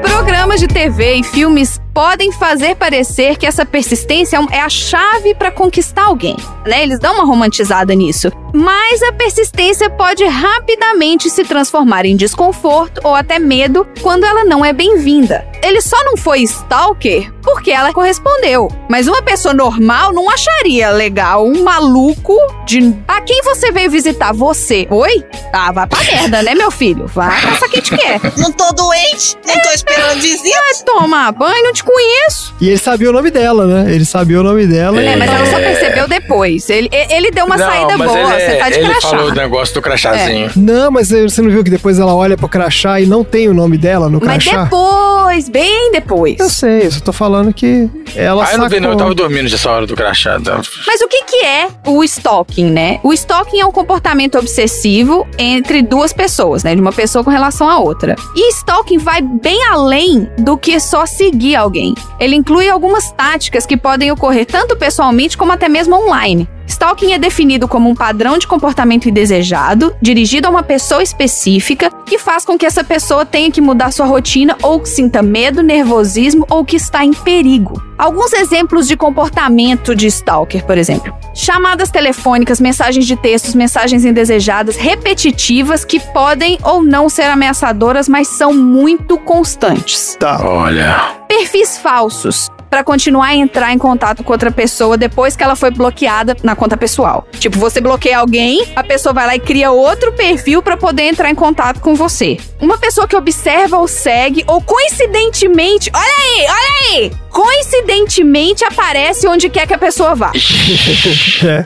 S4: Programas de TV e filmes podem fazer parecer que essa persistência é a chave pra conquistar alguém, né? Eles dão uma romantizada nisso. Mas a persistência pode rapidamente se transformar em desconforto ou até medo quando ela não é bem-vinda. Ele só não foi stalker porque ela correspondeu. Mas uma pessoa normal não acharia legal um maluco de. A quem você veio visitar? Você? Oi? Ah, vai pra merda, né, meu filho? Vai caçar quem te quer.
S3: Não tô doente, não tô esperando visita.
S4: Vai tomar banho, não te conheço.
S2: E ele sabia o nome dela, né? Ele sabia o nome dela.
S1: É,
S4: É, mas ela só
S1: É.
S4: percebeu depois. Ele, ele deu uma
S1: Não,
S4: saída
S1: mas
S4: boa,
S1: ele, é-
S4: você tá de
S1: ele
S4: crachá. É.
S1: falou do negócio do crachazinho.
S2: Não, mas você não viu que depois ela olha pro crachá e não tem o nome dela no
S4: Mas
S2: crachá?
S4: depois, bem depois.
S2: Eu sei, eu só tô falando que ela
S1: Ah, eu
S2: sacou.
S1: não vi, não. Eu tava dormindo dessa hora do crachá. tá?
S4: Mas o que, que é o stalking, né? O stalking é um comportamento obsessivo entre duas pessoas, né? De uma pessoa com relação à outra. E stalking vai bem além do que só seguir alguém. Ele inclui algumas táticas que podem ocorrer tanto pessoalmente como até mesmo online. Stalking é definido como um padrão de comportamento indesejado, dirigido a uma pessoa específica, que faz com que essa pessoa tenha que mudar sua rotina ou que sinta medo, nervosismo ou que está em perigo. Alguns exemplos de comportamento de stalker, por exemplo. Chamadas telefônicas, mensagens de textos, mensagens indesejadas, repetitivas, que podem ou não ser ameaçadoras, mas são muito constantes
S2: Tá.
S1: Olha.
S4: perfis falsos pra continuar a entrar em contato com outra pessoa depois que ela foi bloqueada na conta pessoal. Tipo, você bloqueia alguém, a pessoa vai lá e cria outro perfil pra poder entrar em contato com você. Uma pessoa que observa ou segue ou coincidentemente, olha aí, olha aí, coincidentemente aparece onde quer que a pessoa vá.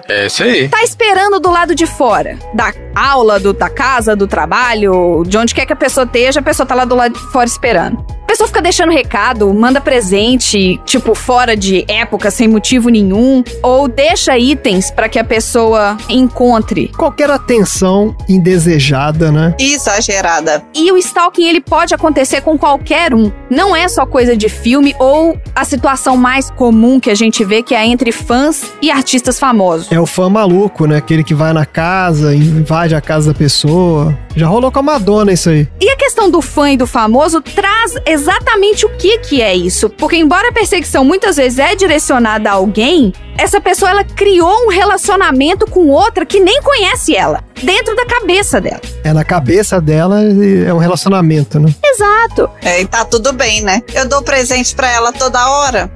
S1: É isso aí.
S4: Tá esperando do lado de fora, da aula, do- da casa, do trabalho, de onde quer que a pessoa esteja, a pessoa tá lá do lado de fora esperando. A pessoa fica deixando recado, manda presente, tipo, fora de época, sem motivo nenhum, ou deixa itens pra que a pessoa encontre.
S2: Qualquer atenção indesejada, né?
S3: Exagerada.
S4: E o stalking, ele pode acontecer com qualquer um. Não é só coisa de filme ou a situação mais comum que a gente vê, que é entre fãs e artistas famosos.
S2: É o fã maluco, né? Aquele que vai na casa, invade a casa da pessoa. Já rolou com a Madonna isso aí.
S4: E a questão do fã e do famoso traz exatamente o que que é isso. Porque embora a perseguição muitas vezes é direcionada a alguém, essa pessoa ela criou um relacionamento com outra que nem conhece ela, dentro da cabeça dela.
S2: É na cabeça dela, é um relacionamento, né?
S4: Exato.
S3: É, e tá tudo bem, né? Eu dou presente pra ela toda hora.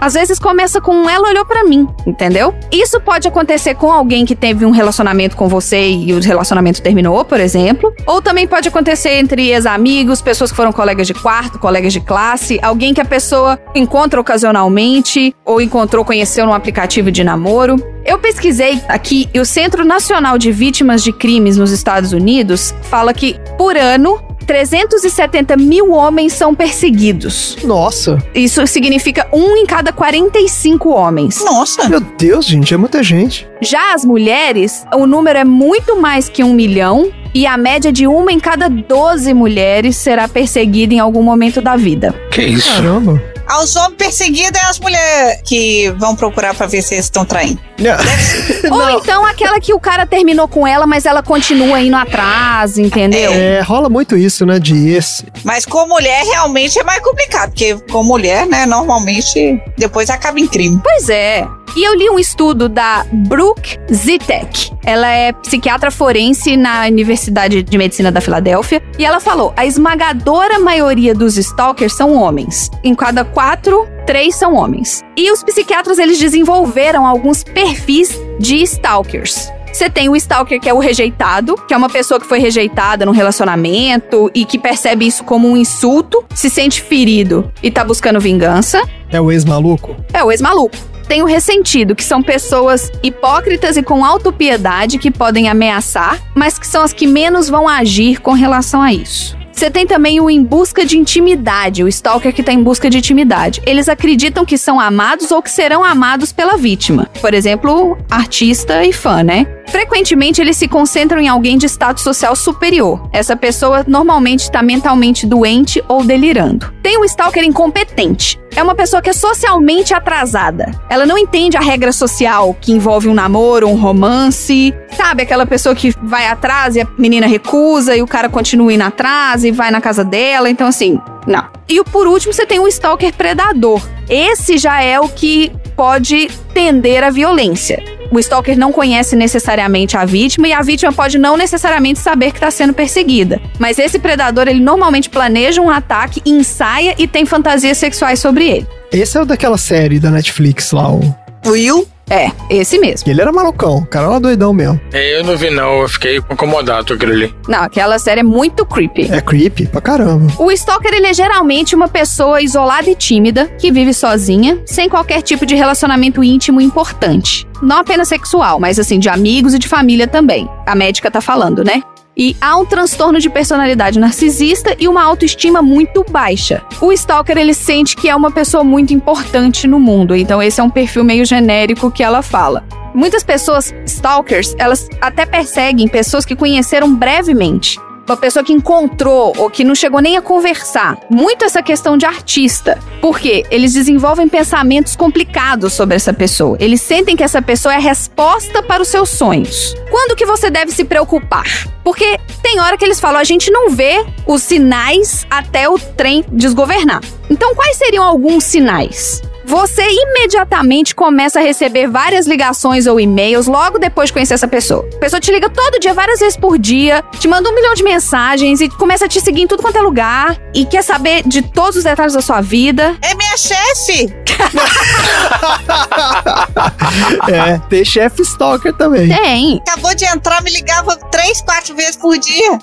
S4: Às vezes começa com um ela olhou pra mim, entendeu? Isso pode acontecer com alguém que teve um relacionamento com você e o relacionamento terminou, por exemplo. Ou também pode acontecer entre ex-amigos, pessoas que foram colegas de quarto, colegas de classe, alguém que a pessoa encontra ocasionalmente ou encontrou, conheceu numa aplicativo de namoro. Eu pesquisei aqui e o Centro Nacional de Vítimas de Crimes nos Estados Unidos fala que, por ano, 370 mil homens são perseguidos.
S2: Nossa,
S4: Isso significa um em cada 45 homens.
S3: Nossa,
S2: meu Deus, gente, é muita gente.
S4: Já as mulheres, o número é muito mais que um milhão e a média de uma em cada 12 mulheres será perseguida em algum momento da vida.
S1: Que isso?
S2: Caramba.
S3: aos homens perseguidos é as mulheres que vão procurar pra ver se eles estão traindo.
S1: É.
S4: Ou então aquela que o cara terminou com ela, mas ela continua indo atrás, entendeu?
S2: É, rola muito isso, né, de esse.
S3: Mas com mulher realmente é mais complicado, porque com mulher, né, normalmente depois acaba em crime.
S4: Pois é. E eu li um estudo da Brooke Zitek. Ela é psiquiatra forense na Universidade de Medicina da Filadélfia. E ela falou: a esmagadora maioria dos stalkers são homens. Em cada quatro, três são homens. E os psiquiatras eles desenvolveram alguns perfis de stalkers. Você tem o stalker, que é o rejeitado, que é uma pessoa que foi rejeitada num relacionamento e que percebe isso como um insulto, se sente ferido e tá buscando vingança.
S2: É o ex-maluco?
S4: É o ex-maluco. Tem o ressentido, que são pessoas hipócritas e com autopiedade que podem ameaçar, mas que são as que menos vão agir com relação a isso. Você tem também o em busca de intimidade, o stalker que tá em busca de intimidade. Eles acreditam que são amados ou que serão amados pela vítima. Por exemplo, artista e fã, né? Frequentemente eles se concentram em alguém de status social superior. Essa pessoa normalmente está mentalmente doente ou delirando. Tem o stalker incompetente. É uma pessoa que é socialmente atrasada. Ela não entende a regra social que envolve um namoro, um romance. Sabe aquela pessoa que vai atrás e a menina recusa e o cara continua indo atrás e vai na casa dela. Então, assim, não. E o- por último, você tem o stalker predador. Esse já é o que pode tender à violência. O stalker não conhece necessariamente a vítima e a vítima pode não necessariamente saber que está sendo perseguida. Mas esse predador, ele normalmente planeja um ataque, ensaia e tem fantasias sexuais sobre ele.
S2: Esse é o daquela série da Netflix lá, o...
S3: Will?
S4: É, esse mesmo.
S2: que ele era malucão, o cara era um doidão mesmo.
S1: É, eu não vi não, eu fiquei incomodado com aquele ali.
S4: Não, aquela série é muito creepy.
S2: É creepy pra caramba.
S4: O stalker ele é geralmente uma pessoa isolada e tímida, que vive sozinha, sem qualquer tipo de relacionamento íntimo importante. Não apenas sexual, mas assim, de amigos e de família também. A médica tá falando, né? E há um transtorno de personalidade narcisista e uma autoestima muito baixa. O stalker ele sente que é uma pessoa muito importante no mundo, então esse é um perfil meio genérico que ela fala. Muitas pessoas stalkers, elas até perseguem pessoas que conheceram brevemente, uma pessoa que encontrou ou que não chegou nem a conversar. Muito essa questão de artista. Porque eles desenvolvem pensamentos complicados sobre essa pessoa. Eles sentem que essa pessoa é a resposta para os seus sonhos. Quando que você deve se preocupar? Porque tem hora que eles falam, a gente não vê os sinais até o trem desgovernar. Então, quais seriam alguns sinais? Você imediatamente começa a receber várias ligações ou e-mails logo depois de conhecer essa pessoa. A pessoa te liga todo dia, várias vezes por dia, te manda um milhão de mensagens e começa a te seguir em tudo quanto é lugar e quer saber de todos os detalhes da sua vida.
S3: É minha chefe!
S2: É, tem chefe stalker também.
S4: Tem,
S3: Acabou de entrar, me ligava três, quatro vezes por dia.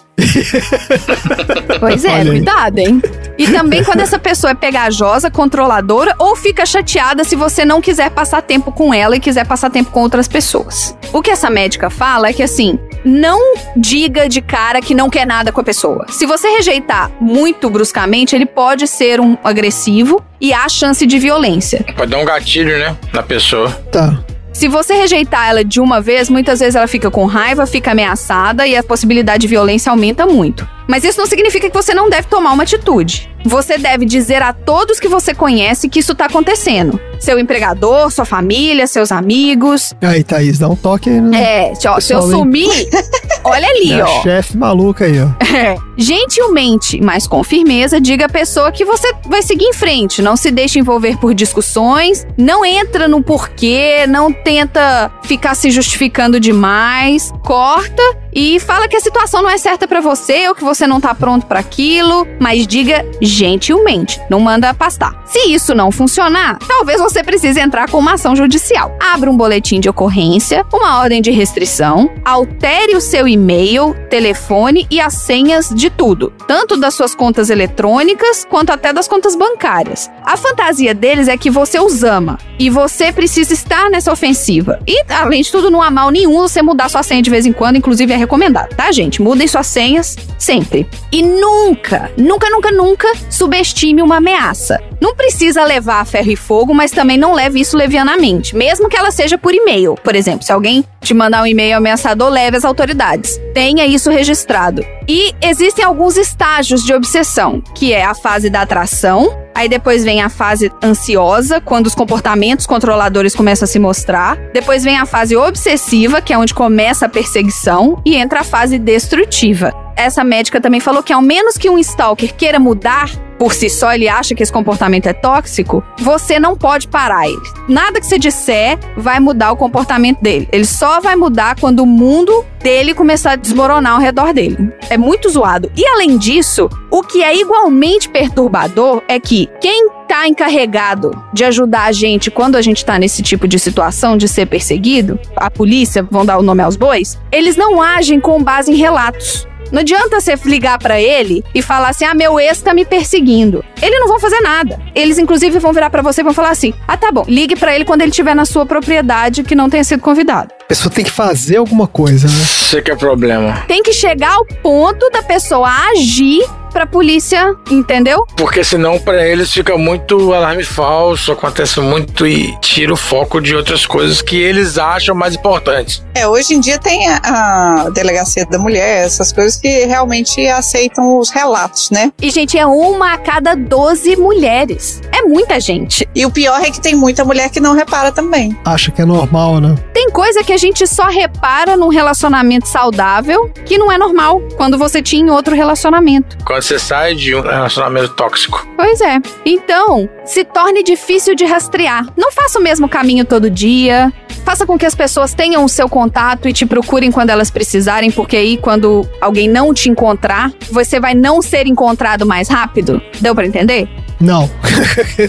S4: pois é,
S2: Olha aí.
S4: cuidado, hein? E também quando essa pessoa é pegajosa, controladora ou fica chateada se você não quiser passar tempo com ela e quiser passar tempo com outras pessoas. O que essa médica fala é que assim, não diga de cara que não quer nada com a pessoa. Se você rejeitar muito bruscamente, ele pode ser um agressivo e há chance de violência.
S1: Pode dar um gatilho, né? Na pessoa.
S2: Tá.
S4: Se você rejeitar ela de uma vez, muitas vezes ela fica com raiva, fica ameaçada e a possibilidade de violência aumenta muito. Mas isso não significa que você não deve tomar uma atitude. Você deve dizer a todos que você conhece que isso tá acontecendo. Seu empregador, sua família, seus amigos.
S2: Aí, Thaís, dá um toque aí, né?
S4: É, ó, se eu
S2: Pessoal, hein?
S4: sumir, olha ali,
S2: Minha
S4: ó.
S2: chefe maluca aí, ó.
S4: É. Gentilmente, mas com firmeza, diga à pessoa que você vai seguir em frente. Não se deixe envolver por discussões, não entra no porquê, não tenta ficar se justificando demais. Corta e fala que a situação não é certa pra você ou que você não tá pronto pra aquilo, mas diga gentilmente, não manda pastar. Se isso não funcionar, talvez você você precisa entrar com uma ação judicial. Abra um boletim de ocorrência, uma ordem de restrição, altere o seu e-mail, telefone e as senhas de tudo, tanto das suas contas eletrônicas quanto até das contas bancárias. A fantasia deles é que você os ama e você precisa estar nessa ofensiva. E, além de tudo, não há mal nenhum você mudar sua senha de vez em quando, inclusive é recomendado, tá, gente? Mudem suas senhas sempre. E nunca, nunca, nunca, nunca subestime uma ameaça. Não precisa levar a ferro e fogo, mas também não leve isso levianamente, mesmo que ela seja por e-mail. Por exemplo, se alguém te mandar um e-mail ameaçador, leve as autoridades. Tenha isso registrado. E existem alguns estágios de obsessão, que é a fase da atração, Aí depois vem a fase ansiosa, quando os comportamentos controladores começam a se mostrar. Depois vem a fase obsessiva, que é onde começa a perseguição, e entra a fase destrutiva. Essa médica também falou que ao menos que um stalker queira mudar por si só, ele acha que esse comportamento é tóxico, você não pode parar ele. Nada que você disser vai mudar o comportamento dele. Ele só vai mudar quando o mundo dele começar a desmoronar ao redor dele. É muito zoado. E além disso, o que é igualmente perturbador é que quem tá encarregado de ajudar a gente quando a gente tá nesse tipo de situação de ser perseguido, a polícia, vão dar o nome aos bois, eles não agem com base em relatos. Não adianta você ligar pra ele e falar assim: "Ah, meu ex tá me perseguindo". Eles não vão fazer nada. Eles inclusive vão virar pra você e vão falar assim: "Ah, tá bom. Ligue pra ele quando ele estiver na sua propriedade que não tenha sido convidado".
S2: A pessoa tem que fazer alguma coisa, né?
S1: Isso que é problema.
S4: Tem que chegar ao ponto da pessoa agir pra polícia, entendeu?
S1: Porque senão pra eles fica muito alarme falso, acontece muito e tira o foco de outras coisas que eles acham mais importantes.
S3: É, hoje em dia tem a, a delegacia da mulher, essas coisas que realmente aceitam os relatos, né?
S4: E gente, é uma a cada 12 mulheres. É muita gente.
S3: E o pior é que tem muita mulher que não repara também.
S2: Acha que é normal, né?
S4: Tem coisa que a gente só repara num relacionamento saudável que não é normal quando você tinha em outro relacionamento.
S1: Quando você sai de um relacionamento tóxico.
S4: Pois é. Então, se torne difícil de rastrear. Não faça o mesmo caminho todo dia. Faça com que as pessoas tenham o seu contato e te procurem quando elas precisarem, porque aí quando alguém não te encontrar, você vai não ser encontrado mais rápido. Deu pra entender?
S2: Não.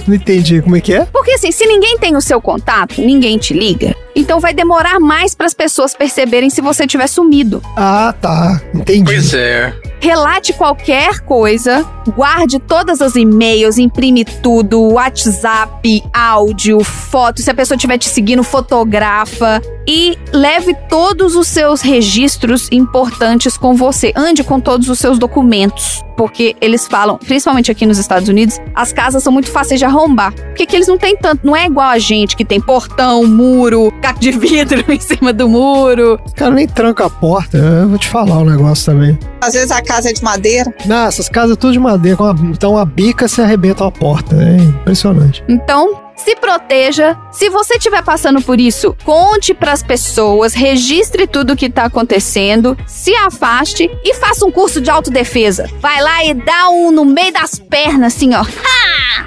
S2: não entendi como é que é.
S4: Porque assim, se ninguém tem o seu contato, ninguém te liga. Então vai demorar mais para as pessoas perceberem se você tiver sumido.
S2: Ah, tá. Entendi.
S1: Pois é.
S4: Relate qualquer coisa, guarde todas as e-mails, imprime tudo, WhatsApp, áudio, foto. Se a pessoa estiver te seguindo, fotografa e leve todos os seus registros importantes com você. Ande com todos os seus documentos, porque eles falam, principalmente aqui nos Estados Unidos, as casas são muito fáceis de arrombar. Porque aqui eles não têm tanto, não é igual a gente que tem portão, muro, caco de vidro em cima do muro.
S2: Os caras nem trancam a porta. Eu vou te falar um negócio também.
S3: Às vezes a casa é de madeira.
S2: Não, essas casas tudo de madeira. com uma- Então a bica se arrebenta a porta. É impressionante.
S4: Então, se proteja. Se você estiver passando por isso, conte pras pessoas, registre tudo o que tá acontecendo, se afaste e faça um curso de autodefesa. Vai lá e dá um no meio das pernas, assim, ó.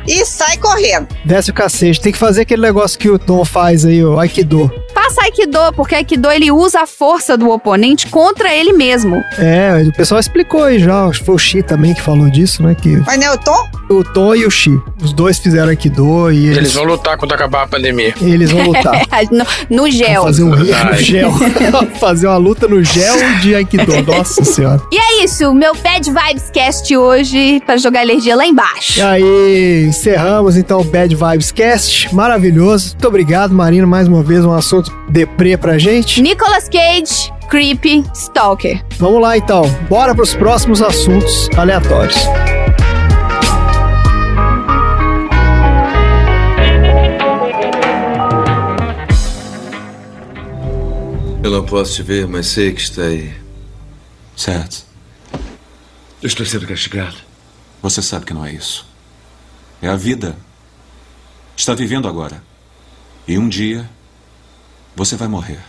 S3: E sai correndo.
S2: Desce o cacete. Tem que fazer aquele negócio que o Tom faz aí, o Aikido.
S4: Faça Aikido, porque Aikido ele usa a força do oponente contra ele mesmo.
S2: É, o pessoal explicou aí já. Acho que foi o Xi também que falou disso, né? Que
S3: Mas não é o Tom?
S2: o Tom e o Xi, os dois fizeram Aikido e
S1: Eles
S2: eles,
S1: vão lutar quando acabar a pandemia.
S2: eles vão lutar.
S4: Tá, No, no
S2: Vão
S4: gel.
S2: fazer um ringue no
S1: Verdade.
S2: gel. fazer uma luta no gel de Aikido. Nossa senhora.
S4: E é isso, meu Bad Vibes Cast hoje pra jogar alergia lá embaixo.
S2: E aí, encerramos então o Bad Vibes Cast. Maravilhoso. Muito obrigado, Marina, mais uma vez. Um assunto deprê pra gente.
S4: Nicolas Cage, Creepy, Stalker.
S2: Vamos lá então. Bora pros próximos assuntos aleatórios.
S9: Eu não posso te ver, mas sei que está aí.
S6: Certo.
S9: Eu estou sendo castigado.
S6: Você sabe que não é isso. É a vida. Está vivendo agora. E um dia você vai morrer.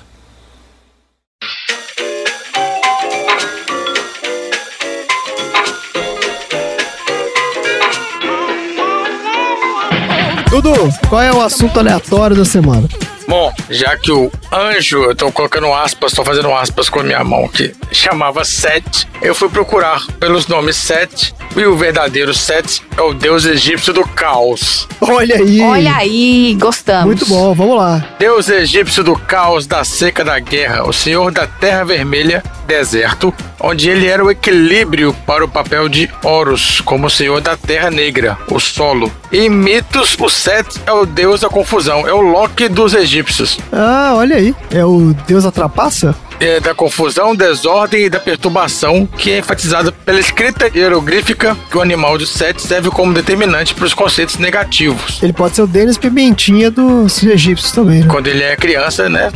S2: Dudu, qual é o assunto aleatório da semana?
S1: Bom, já que o anjo, eu tô colocando um aspas, tô fazendo aspas com a minha mão aqui, chamava Set. Eu fui procurar pelos nomes Set, e o verdadeiro Set é o deus egípcio do caos.
S2: Olha aí.
S4: Olha aí, gostamos.
S2: Muito bom, vamos lá.
S1: Deus egípcio do caos, da seca, da guerra, o senhor da terra vermelha, deserto, onde ele era o equilíbrio para o papel de Horus, como senhor da terra negra, o solo. Em mitos, o Set é o deus da confusão, é o Loki dos egípcios.
S2: Ah, olha aí. É o Deus da trapaça?
S1: é, da confusão, desordem e da perturbação, que é enfatizada pela escrita hieroglífica que o animal de sete serve como determinante para os conceitos negativos.
S2: Ele pode ser o Denis Pimentinha dos egípcios também, né?
S1: Quando ele é criança, né?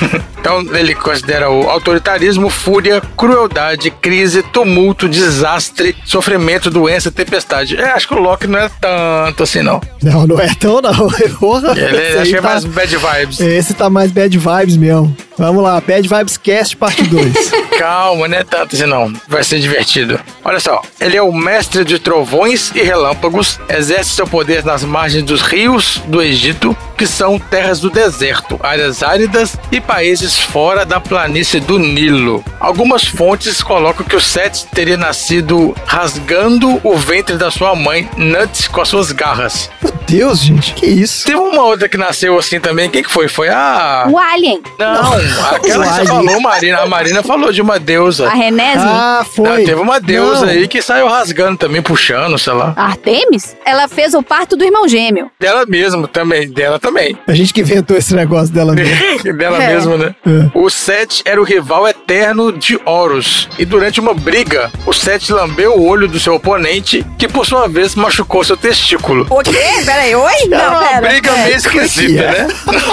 S1: Então ele considera o autoritarismo, fúria, crueldade, crise, tumulto, desastre, sofrimento, doença, tempestade. É, acho que o Loki não é tanto assim, não.
S2: Não, não é tão não. Porra, esse
S1: Ele
S2: aí
S1: acho que é
S2: tá-
S1: mais bad vibes.
S2: Esse tá mais bad vibes mesmo. Vamos lá, Bad Vibes Cast parte 2.
S1: Calma, não é tanto assim não. Vai ser divertido. Olha só, ele é o mestre de trovões e relâmpagos, exerce seu poder nas margens dos rios do Egito, que são terras do deserto, áreas áridas e países fora da planície do Nilo. Algumas fontes colocam que o Set teria nascido rasgando o ventre da sua mãe, Nuts, com as suas garras.
S2: Meu Deus, gente, que isso?
S1: Teve uma outra que nasceu assim também. Quem que foi? Foi a...
S4: O Alien,
S1: Não, aquela que você
S2: Uai.
S1: falou, Marina. A Marina falou de uma deusa.
S4: a Renesme,
S2: Ah,
S1: Ah,
S2: foi.
S1: teve uma deusa
S2: Não.
S1: aí que saiu rasgando também, puxando, sei lá.
S4: a Artemis, ela fez o parto do irmão gêmeo.
S1: Dela mesma também, dela também.
S2: A gente que inventou esse negócio dela mesmo.
S1: dela
S4: É.
S1: mesma, né?
S2: É.
S1: O Set era o rival eterno de Horus. E durante uma briga, o Set lambeu o olho do seu oponente, que por sua vez machucou seu testículo.
S8: O quê? Peraí, oi?
S2: Tá
S1: Era
S8: Não,
S1: uma
S8: pera.
S1: briga meio esquisita,
S2: é?
S1: né?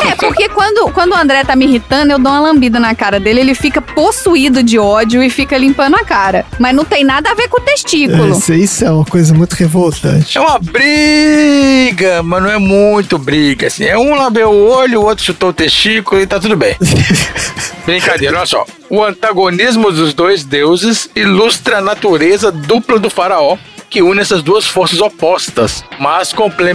S4: É, porque quando, quando o André tá me irritando, eu dou uma lambida na cara dele, ele fica possuído de ódio e fica limpando a cara. Mas não tem nada a ver com o testículo.
S2: Isso, isso é uma coisa muito revoltante.
S1: É uma briga, mas não é muito briga, assim. É um lambeu o olho, o outro chutou o testículo e tá tudo bem. Brincadeira, olha só. O antagonismo dos dois deuses ilustra a natureza dupla do faraó, que une essas duas forças opostas, mas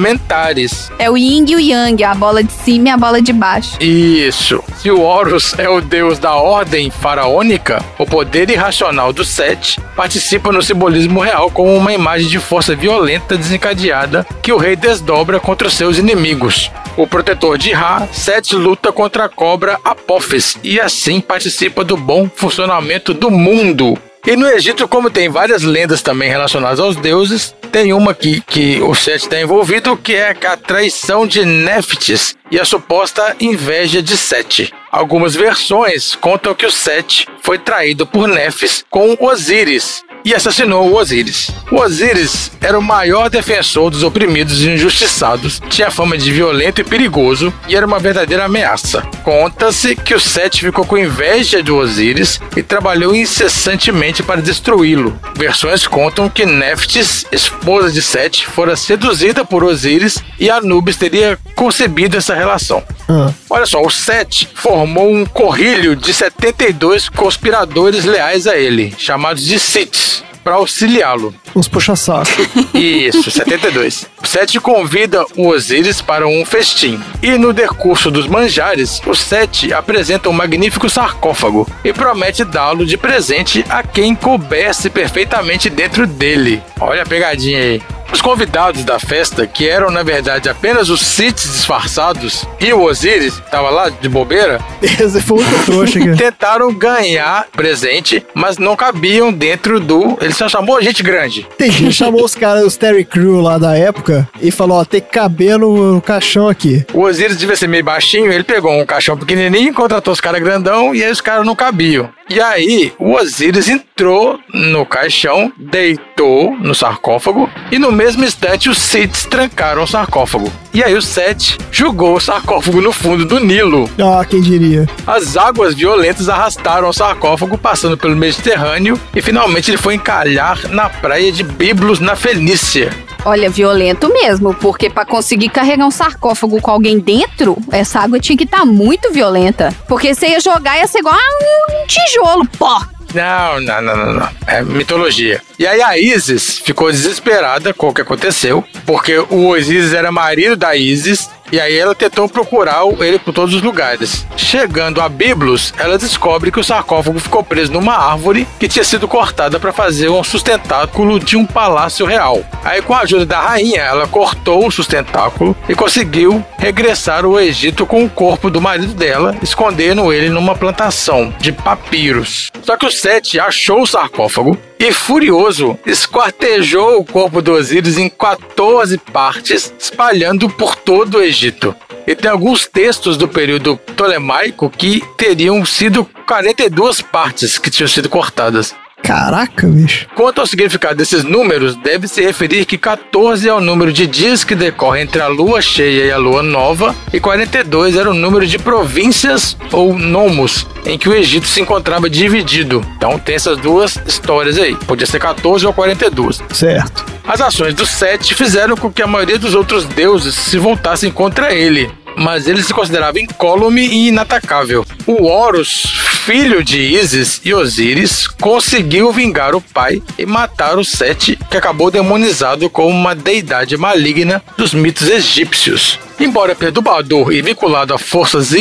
S1: complementares.
S4: É o yin e o yang, a bola de cima e a bola de baixo.
S1: Isso. Se o Horus é o deus da ordem faraônica, o poder irracional do Set participa no simbolismo real como uma imagem de força violenta desencadeada que o rei desdobra contra os seus inimigos. O protetor de Ra, Set luta contra a cobra Apophis e assim participa do bom funcionamento do mundo. E no Egito, como tem várias lendas também relacionadas aos deuses, tem uma que, que o Set está envolvido, que é a traição de Neftis e a suposta inveja de Set. Algumas versões contam que o Set foi traído por Nefes com Osíris e assassinou o Osíris. O Osíris era o maior defensor dos oprimidos e injustiçados, tinha fama de violento e perigoso e era uma verdadeira ameaça. Conta-se que o Set ficou com inveja de Osíris e trabalhou incessantemente para destruí-lo. Versões contam que Neftis, esposa de Set, fora seduzida por Osíris e Anubis teria concebido essa relação.
S2: Ah,
S1: Olha só, o Set formou um corrilho de 72 conspiradores leais a ele, chamados de Siths, para auxiliá-lo.
S2: uns puxa-saco.
S1: Isso, 72. Sete convida o Osíris para um festim. E no decurso dos manjares, o Sete apresenta um magnífico sarcófago e promete dá-lo de presente a quem coubesse perfeitamente dentro dele. Olha a pegadinha aí. Os convidados da festa, que eram na verdade apenas os Siths disfarçados, e o Osíris, que estava lá de bobeira,
S2: Esse foi outro trouxa aqui.
S1: tentaram ganhar presente, mas não cabiam dentro do. Ele só chamou gente grande.
S2: Entendi. Chamou os caras, os Terry Crew lá da época, e falou: ó, tem que caber no, no caixão aqui.
S1: O Osiris devia ser meio baixinho, ele pegou um caixão pequenininho, contratou os caras grandão e aí os caras não cabiam. E aí, o Osiris entrou no caixão, deitou no sarcófago e no mesmo instante os Siths trancaram o sarcófago. E aí o Set jogou o sarcófago no fundo do Nilo.
S2: Ah, quem diria?
S1: As águas violentas arrastaram o sarcófago passando pelo Mediterrâneo e finalmente ele foi encalhar na praia de Biblos, na Fenícia.
S4: Olha, violento mesmo, porque pra conseguir carregar um sarcófago com alguém dentro, essa água tinha que estar muito violenta. Porque você ia jogar ia ser igual a um tijolo, pó.
S1: Não, não, não, não, não. É mitologia. E aí a Isis ficou desesperada com o que aconteceu, porque o Osíris era marido da Isis E aí ela tentou procurar o- ele por todos os lugares. Chegando a Biblos, ela descobre que o sarcófago ficou preso numa árvore que tinha sido cortada para fazer um sustentáculo de um palácio real. Aí, com a ajuda da rainha, ela cortou o sustentáculo e conseguiu regressar ao Egito com o corpo do marido dela, escondendo ele numa plantação de papiros. Só que o Sete achou o sarcófago e, furioso, esquartejou o corpo do Osíris em 14 partes, espalhando por todo o Egito. E tem alguns textos do período ptolemaico que teriam sido 42 partes que tinham sido cortadas.
S2: Caraca, bicho.
S1: Quanto ao significado desses números, deve-se referir que 14 é o número de dias que decorre entre a lua cheia e a lua nova, e 42 era o número de províncias ou nomos em que o Egito se encontrava dividido. Então tem essas duas histórias aí. Podia ser 14 ou 42.
S2: Certo.
S1: As ações dos sete fizeram com que a maioria dos outros deuses se voltassem contra ele, mas ele se considerava incólume e inatacável. O Horus, filho de Isis e Osíris, conseguiu vingar o pai e matar o Sete, que acabou demonizado como uma deidade maligna dos mitos egípcios. Embora perturbador e vinculado a forças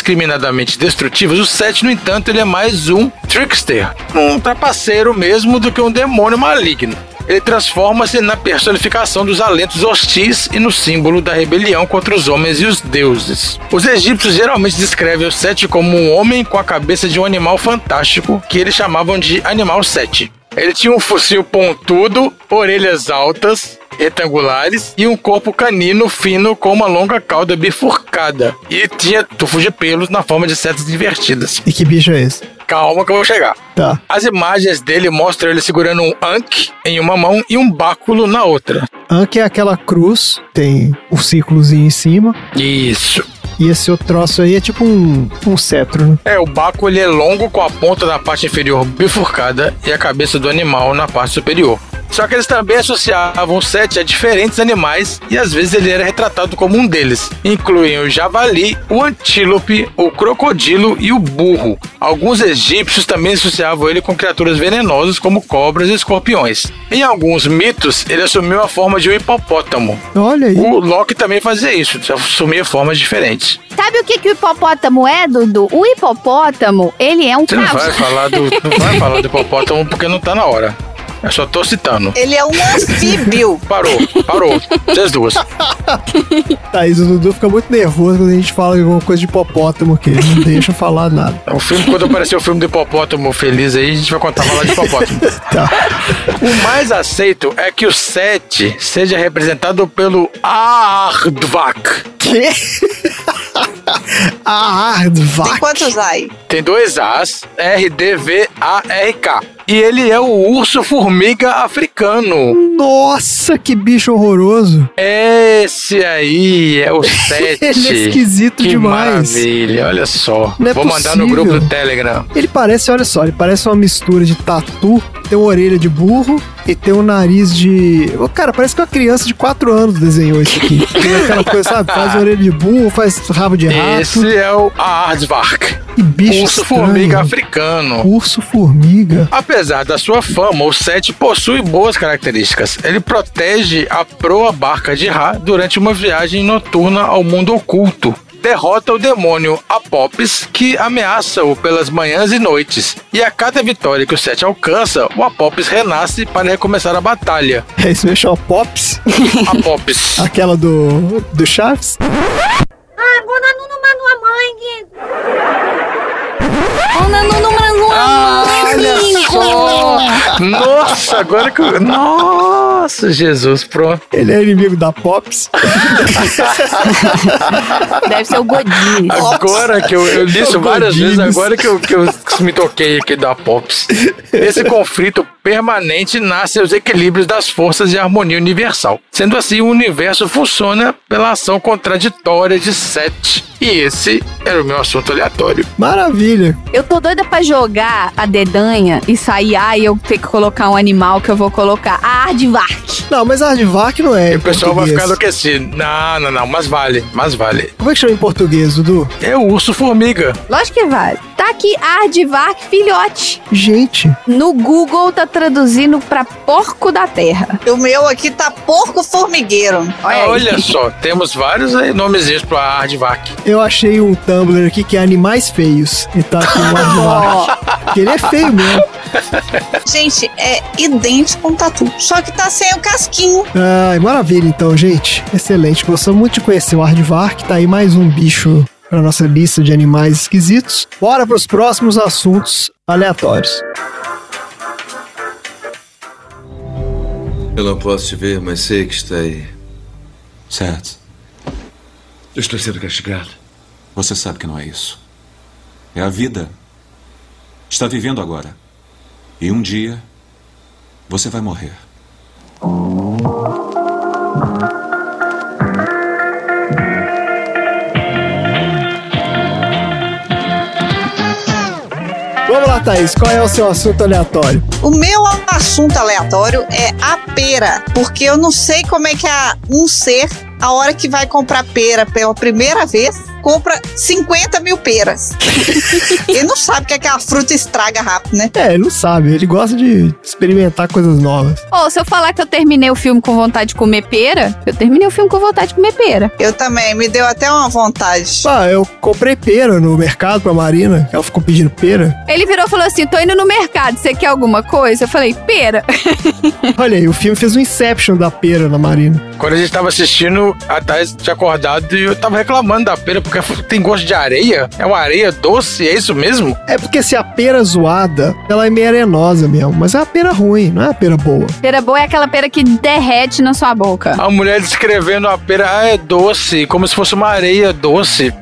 S1: indiscriminadamente destrutivas, o Sete, no entanto, ele é mais um trickster, um trapaceiro mesmo do que um demônio maligno. Ele transforma-se na personificação dos alentos hostis e no símbolo da rebelião contra os homens e os deuses. Os egípcios geralmente descrevem o Sete como um homem com a cabeça de um animal fantástico, que eles chamavam de Animal Sete. Ele tinha um focinho pontudo, orelhas altas, retangulares e um corpo canino fino com uma longa cauda bifurcada. E tinha tufos de pelos na forma de setas invertidas.
S2: E que bicho é esse?
S1: Calma que eu vou chegar.
S2: Tá.
S1: As imagens dele mostram ele segurando um ank em uma mão e um báculo na outra.
S2: Anki é aquela cruz, tem o círculozinho em cima.
S1: Isso.
S2: E esse outro troço aí é tipo um, um cetro, né?
S1: É, o báculo ele é longo com a ponta da parte inferior bifurcada e a cabeça do animal na parte superior. Só que eles também associavam o Sete a diferentes animais e às vezes ele era retratado como um deles. Incluem o javali, o antílope, o crocodilo e o burro. Alguns egípcios também associavam ele com criaturas venenosas como cobras e escorpiões. Em alguns mitos, ele assumiu a forma de um hipopótamo.
S2: Olha aí.
S1: O Loki também fazia isso, assumia formas diferentes.
S4: Sabe o que, que o hipopótamo é, Dudu? O hipopótamo, ele é um
S1: Você não
S4: cavalo.
S1: vai falar do. Não vai falar do hipopótamo porque não tá na hora. Eu só tô citando.
S3: Ele é um anfíbio.
S1: Parou, parou. Vocês duas.
S2: Thaís, o Tá, Dudu fica muito nervoso quando a gente fala de alguma coisa de hipopótamo aqui. Ele não deixa eu falar nada.
S1: O filme, quando aparecer o filme do hipopótamo feliz aí, a gente vai contar falar de hipopótamo.
S2: Tá.
S1: O mais aceito é que o Sete seja representado pelo Ardvak.
S2: Que? ah,
S3: Tem
S2: vaca.
S3: quantos aí?
S1: Tem dois As, R-D-V-A-R-K. E ele é o urso formiga africano.
S2: Nossa, que bicho horroroso.
S1: Esse aí é o 7.
S2: Ele é esquisito
S1: que
S2: demais.
S1: Maravilha, olha só.
S2: Não é
S1: Vou mandar no
S2: possível.
S1: grupo do Telegram.
S2: Ele parece, olha só, ele parece uma mistura de tatu, tem uma orelha de burro e tem um nariz de. Ô, Cara, parece que é uma criança de 4 anos desenhou isso aqui. Tem aquela coisa, sabe? Faz orelha de burro, faz rabo de rato.
S1: Esse é o Aardvark,
S2: Que bicho
S1: urso
S2: estranho.
S1: formiga africano.
S2: Urso formiga.
S1: Apesar da sua fama, o Sete possui boas características. Ele protege a proa barca de Ra durante uma viagem noturna ao mundo oculto. Derrota o demônio Apophis, que ameaça-o pelas manhãs e noites. E a cada vitória que o Sete alcança, o Apophis renasce para recomeçar a batalha.
S2: É isso mesmo, chama Pops.
S1: Apophis.
S2: Aquela do. do Chaves.
S10: Ah,
S1: Olha só! Nossa, agora que eu... Nossa, Jesus, pronto.
S2: Ele é inimigo da Pops.
S4: Deve ser o Godinho.
S1: Agora que eu, eu li isso
S2: Ô,
S1: várias vezes,
S2: Godinhos.
S1: agora que eu, que eu me toquei aqui da Pops. Esse conflito permanente nasce aos equilíbrios das forças e harmonia universal. Sendo assim, o universo funciona pela ação contraditória de Sete. E esse era o meu assunto aleatório.
S2: Maravilha.
S4: Eu tô doida pra jogar a dedanha e sair, ai, eu tenho que colocar um animal que eu vou colocar. A Aardvark.
S2: Não, mas Aardvark não é.
S1: e o pessoal vai ficar
S2: do que?
S1: enlouquecido. Não, não, não, mas vale, mas vale.
S2: Como é que chama em português, Dudu?
S1: É o urso-formiga.
S4: Lógico que vale. Tá aqui Aardvark filhote.
S2: Gente,
S4: No Google tá traduzindo pra porco da terra.
S3: O meu aqui tá porco formigueiro.
S4: Olha,
S1: Ah,
S4: aí.
S1: olha só, temos vários aí nomezinhos pra Hardvac.
S2: eu achei um Tumblr aqui que é animais feios. E tá aqui um aardvark. Que ele é feio mesmo.
S3: Gente, é idêntico com tatu. Só que tá sem o casquinho.
S2: Ai, maravilha então, gente. Excelente. Gostamos muito de conhecer o Aardvark. Tá aí mais um bicho pra nossa lista de animais esquisitos. Bora pros próximos assuntos aleatórios.
S9: Eu não posso te ver, mas sei que está aí.
S6: Certo.
S5: Eu estou sendo castigado.
S6: Você sabe que não é isso. É a vida. Está vivendo agora. E um dia você vai morrer.
S2: Vamos lá, Thaís. Qual é o seu assunto aleatório?
S3: O meu é um assunto aleatório é a pera, porque eu não sei como é que a, um ser, a hora que vai comprar pera pela primeira vez, compra 50 mil peras. Ele não sabe que aquela fruta estraga rápido, né?
S2: É, ele não sabe. Ele gosta de experimentar coisas novas.
S4: Ô, se eu falar que eu terminei o filme com vontade de comer pera, eu terminei o filme com vontade de comer pera.
S3: Eu também, me deu até uma vontade.
S2: Ah, eu comprei pera no mercado pra Marina. Ela ficou pedindo pera.
S4: Ele virou e falou assim: tô indo no mercado, você quer alguma coisa? Eu falei, pera.
S2: Olha aí, o filme fez um Inception da pera na Marina.
S1: Quando a gente tava assistindo, a Thais tinha acordado e eu tava reclamando da pera, porque tem gosto de areia. É uma areia doce, é isso mesmo?
S2: É porque se a pera zoada, ela é meio arenosa mesmo. Mas é uma pera ruim, não é uma pera boa.
S4: Pera boa é aquela pera que derrete na sua boca.
S1: A mulher descrevendo a pera, ah, é doce, como se fosse uma areia doce.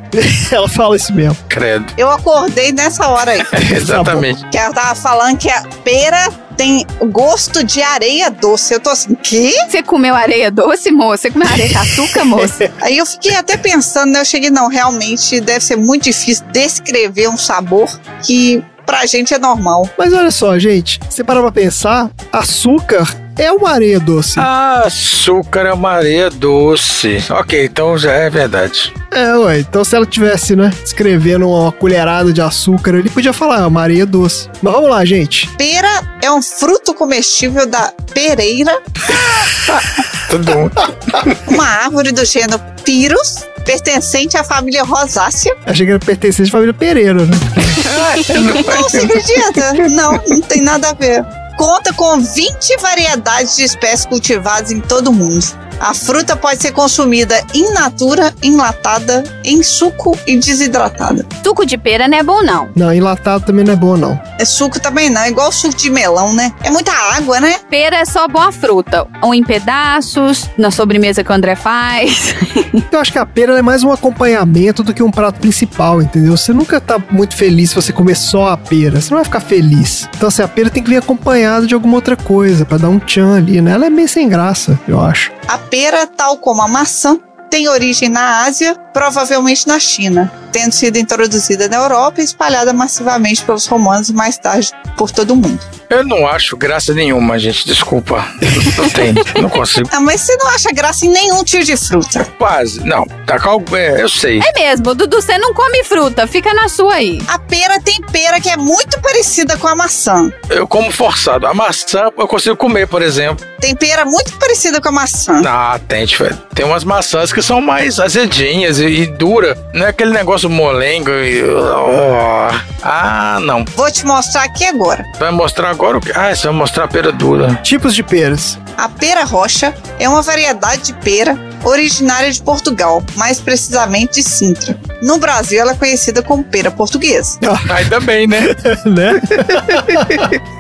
S2: ela fala isso mesmo.
S1: Credo.
S3: Eu acordei nessa hora aí.
S1: Exatamente.
S3: Que ela tava falando que a pera tem gosto de areia doce. Eu tô assim, quê?
S4: Você comeu areia doce, moça? Você comeu areia com açúcar, moça?
S3: Aí eu fiquei até pensando, né? Eu cheguei, não, realmente deve ser muito difícil descrever um sabor que pra gente é normal.
S2: Mas olha só, gente, se parar pra pensar, açúcar é uma areia doce.
S1: Ah, açúcar é uma areia doce. Ok, então já é verdade.
S2: É, ué. Então se ela tivesse, né, escrevendo uma colherada de açúcar ali, podia falar, é uma areia doce. Mas vamos lá, gente.
S3: Pera é um fruto comestível da pereira,
S1: Tudo bom.
S3: uma árvore do gênero Pyrus, pertencente à família Rosácea.
S2: Achei que era pertencente à família Pereira, né?
S3: Não você acredita? Não, não tem nada a ver. Conta com 20 variedades de espécies cultivadas em todo o mundo. A fruta pode ser consumida in natura, enlatada, em suco e desidratada.
S4: Suco de pera não é bom, não.
S2: Não, enlatado também não é bom, não.
S3: É suco também não, é igual suco de melão, né? É muita água, né?
S4: Pera é só boa fruta. Ou em pedaços, na sobremesa que o André faz.
S2: Eu acho que a pera é mais um acompanhamento do que um prato principal, entendeu? Você nunca tá muito feliz se você comer só a pera. Você não vai ficar feliz. Então, assim, a pera tem que vir acompanhada de alguma outra coisa, pra dar um tchan ali, né? Ela é meio sem graça, eu acho.
S3: A pera, tal como a maçã, tem origem na Ásia, provavelmente na China, tendo sido introduzida na Europa e espalhada massivamente pelos romanos e mais tarde por todo o mundo.
S1: Eu não acho graça nenhuma, gente. Desculpa. Não tem. Não consigo.
S3: Ah, mas você não acha graça em nenhum tipo de fruta.
S1: Quase. Não. Tá cal... é, eu sei.
S4: É mesmo, Dudu, você não come fruta, fica na sua aí.
S3: A pera tem pera que é muito parecida com a maçã.
S1: Eu como forçado. A maçã eu consigo comer, por exemplo.
S3: Tem pera muito parecida com a maçã.
S1: Ah, tem, diferente. Tem umas maçãs que são mais azedinhas e, e dura. Não é aquele negócio molengo e. ó. Ah, não.
S3: Vou te mostrar aqui agora.
S1: Vai mostrar agora o quê? Ah, você vai mostrar a pera dura.
S2: Tipos de peras.
S3: A pera roxa é uma variedade de pera originária de Portugal, mais precisamente de Sintra. No Brasil, ela é conhecida como pera portuguesa.
S1: Ainda bem, né?
S2: né?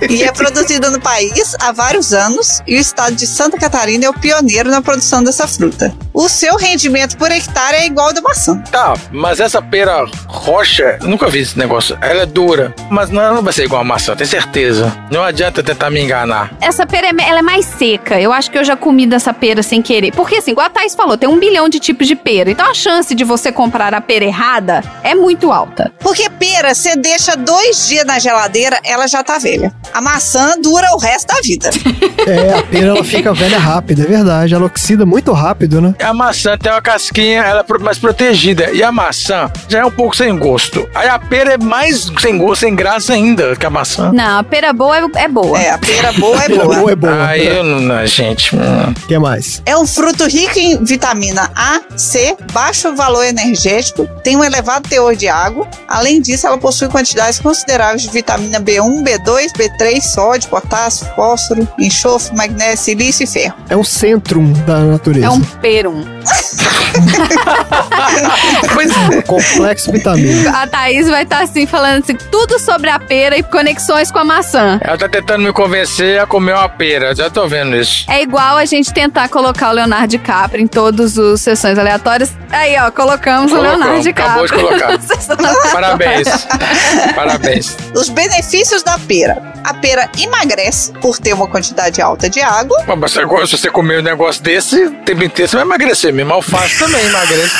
S3: E é produzida no país há vários anos, e o estado de Santa Catarina é o pioneiro na produção dessa fruta. O seu rendimento por hectare é igual ao da maçã.
S1: Tá, mas essa pera roxa, nunca vi esse negócio. Ela é dura, mas não, ela não vai ser igual a maçã, tenho certeza. Não adianta tentar me enganar.
S4: Essa pera é, ela é mais seca, caraca, eu acho que eu já comi dessa pera sem querer. Porque assim, igual a Thaís falou, tem um bilhão de tipos de pera. Então a chance de você comprar a pera errada é muito alta.
S3: Porque pera, você deixa dois dias na geladeira, ela já tá velha. A maçã dura o resto da vida.
S2: É, a pera ela fica velha rápido, é verdade. Ela oxida muito rápido, né?
S1: A maçã tem uma casquinha, ela é pro- mais protegida. E a maçã já é um pouco sem gosto. Aí a pera é mais sem gosto, sem graça ainda que a maçã.
S4: Não, a pera boa é, é boa.
S3: É, a pera boa é
S2: Pera
S3: boa.
S2: boa é boa.
S1: Aí eu não, não, gente. hum.
S2: O que mais?
S3: É um fruto rico em vitamina A, C, baixo valor energético, tem um elevado teor de água. Além disso, ela possui quantidades consideráveis de vitamina B1, B2, B3, sódio, potássio, fósforo, enxofre, magnésio, silício e ferro.
S2: É um centrum da natureza.
S4: É um perum.
S3: Pois é.
S2: complexo vitamina.
S4: A Thaís vai estar assim, falando assim, tudo sobre a pera e conexões com a maçã.
S1: Ela tá tentando me convencer a comer uma pera. Já tô vendo isso.
S4: É igual a gente tentar colocar o Leonardo DiCaprio em todos os sessões aleatórias. Aí, ó, colocamos o
S1: Colocamos,
S4: Leonardo
S1: acabou de
S4: DiCaprio.
S1: colocar.
S4: Sessão-
S1: Parabéns. Parabéns.
S3: Os benefícios da pera. A pera emagrece por ter uma quantidade alta de água.
S1: Pô, mas agora, se você comer um negócio desse, o tempo inteiro você vai emagrecer mesmo. Alface também emagrece.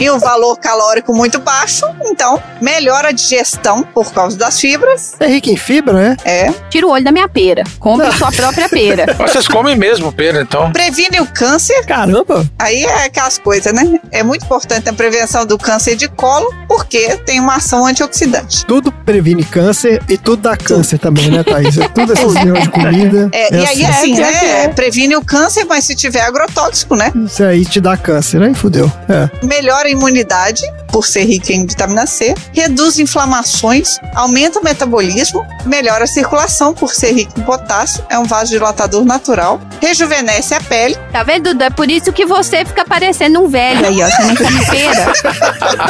S3: e o valor calórico muito baixo, então melhora a digestão por causa das fibras.
S2: É rica em fibra, né?
S3: É.
S4: Tira o olho da minha pera. Compre sua própria pera.
S1: Mas Vocês comem mesmo pera, então.
S3: Previne o câncer,
S2: Caramba!
S3: aí é aquelas coisas, né? É muito importante a prevenção do câncer de colo, porque tem uma ação antioxidante.
S2: Tudo previne câncer e tudo dá câncer também, né, Thaís? É tudo esses negócios de comida.
S3: É, e aí,
S2: assim.
S3: assim, né? Previne o câncer, mas se tiver agrotóxico, né?
S2: assim, Isso aí te dá câncer, aí fudeu. É.
S3: Melhora a imunidade, por ser rica em vitamina C. Reduz inflamações, aumenta o metabolismo. Melhora a circulação, por ser rica em potássio. É um vasodilatador natural. Rejuvenesce a pele.
S4: Tá vendo, Dudu? É por isso que você fica parecendo um velho aí, ó. Você não come pera.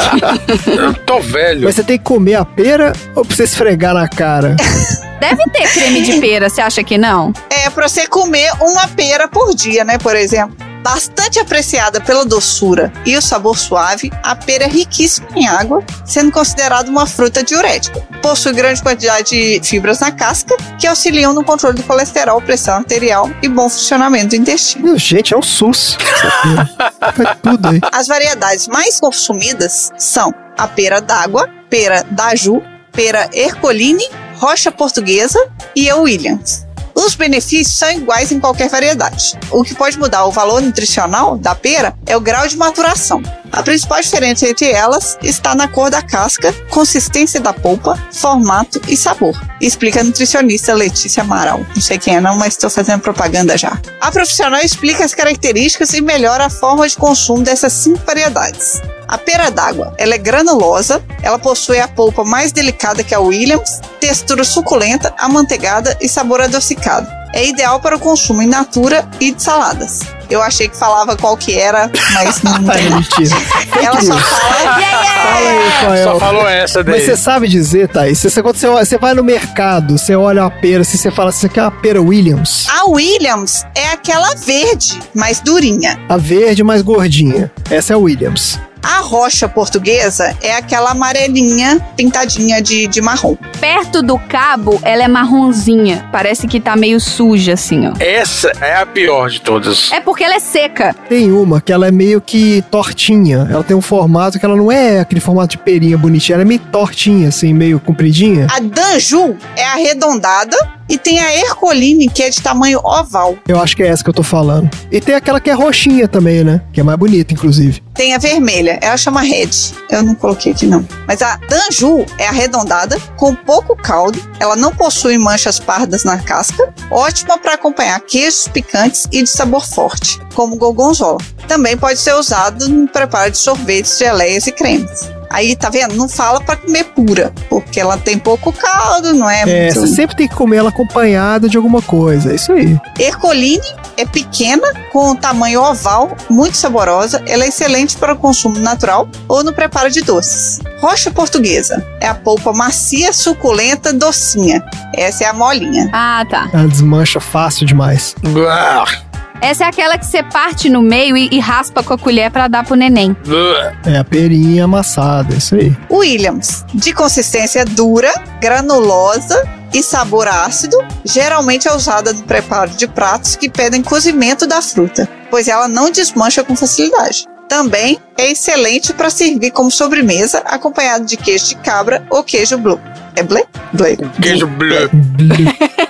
S1: Eu tô velho.
S2: Mas você tem que comer a pera ou pra você esfregar na cara?
S4: Deve ter creme de pera, você acha que não?
S3: É para você comer uma pera por dia, né? Por exemplo. Bastante apreciada pela doçura e o sabor suave, a pera é riquíssima em água, sendo considerada uma fruta diurética. Possui grande quantidade de fibras na casca, que auxiliam no controle do colesterol, pressão arterial e bom funcionamento do intestino.
S2: Meu, gente, é um SUS. essa pera. Faz tudo aí.
S3: As variedades mais consumidas são a pera d'água, pera daju, pera ercoline, rocha portuguesa e a Williams. Os benefícios são iguais em qualquer variedade. O que pode mudar o valor nutricional da pera é o grau de maturação. A principal diferença entre elas está na cor da casca, consistência da polpa, formato e sabor. Explica a nutricionista Letícia Amaral. Não sei quem é não, mas estou fazendo propaganda já. A profissional explica as características e melhora a forma de consumo dessas cinco variedades. A pera d'água, ela é granulosa, ela possui a polpa mais delicada que a Williams, textura suculenta, amanteigada e sabor adocicado. É ideal para o consumo em natura e de saladas. Eu achei que falava qual que era, mas não
S2: Ai,
S3: tem.
S2: mentira.
S3: Ela só fala.
S2: Fala aí, qual é
S1: Ah, Só
S2: o-
S1: falou essa
S2: Mas você
S1: daí.
S2: sabe dizer, Thaís, se você, quando você, olha- você vai no mercado, você olha uma pera, se você fala, assim, você quer é uma pera Williams?
S3: A Williams é aquela verde, mais durinha.
S2: A verde mais gordinha. Essa é a Williams.
S3: A rocha portuguesa é aquela amarelinha pintadinha de, de marrom.
S4: Perto do cabo, ela é marronzinha. Parece que tá meio suja, assim, ó.
S1: Essa é a pior de todas.
S4: É porque ela é seca.
S2: Tem uma que ela é meio que tortinha. Ela tem um formato que ela não é aquele formato de perinha bonitinha, ela é meio tortinha, assim, meio compridinha.
S3: A Danju é arredondada e tem a Ercoline, que é de tamanho oval.
S2: Eu acho que é essa que eu tô falando. E tem aquela que é roxinha também, né? Que é mais bonita, inclusive.
S3: Tem a vermelha, ela chama Red. Eu não coloquei aqui não. Mas a Danju é arredondada, com pouco caldo, ela não possui manchas pardas na casca, ótima para acompanhar queijos picantes e de sabor forte, como gorgonzola. Também pode ser usado no preparo de sorvetes, geleias e cremes. Aí, tá vendo? Não fala para comer pura, porque ela tem pouco caldo, não é?
S2: É,
S3: muito-
S2: você sempre tem que comer ela acompanhada de alguma coisa. É isso aí.
S3: Ercoline é pequena, com um tamanho oval, muito saborosa. Ela é excelente para o consumo natural ou no preparo de doces. Rocha portuguesa é a polpa macia, suculenta, docinha. Essa é a molinha.
S4: Ah, tá.
S1: Ah,
S2: Ela desmancha fácil demais.
S1: Blah.
S4: Essa é aquela que você parte no meio e, e raspa com a colher pra dar pro neném.
S2: É a perinha amassada, é isso aí.
S3: Williams, de consistência dura, granulosa e sabor ácido, geralmente é usada no preparo de pratos que pedem cozimento da fruta, pois ela não desmancha com facilidade. Também é excelente para servir como sobremesa, acompanhado de queijo de cabra ou queijo blue. É blé? Blé.
S1: Queijo bleu.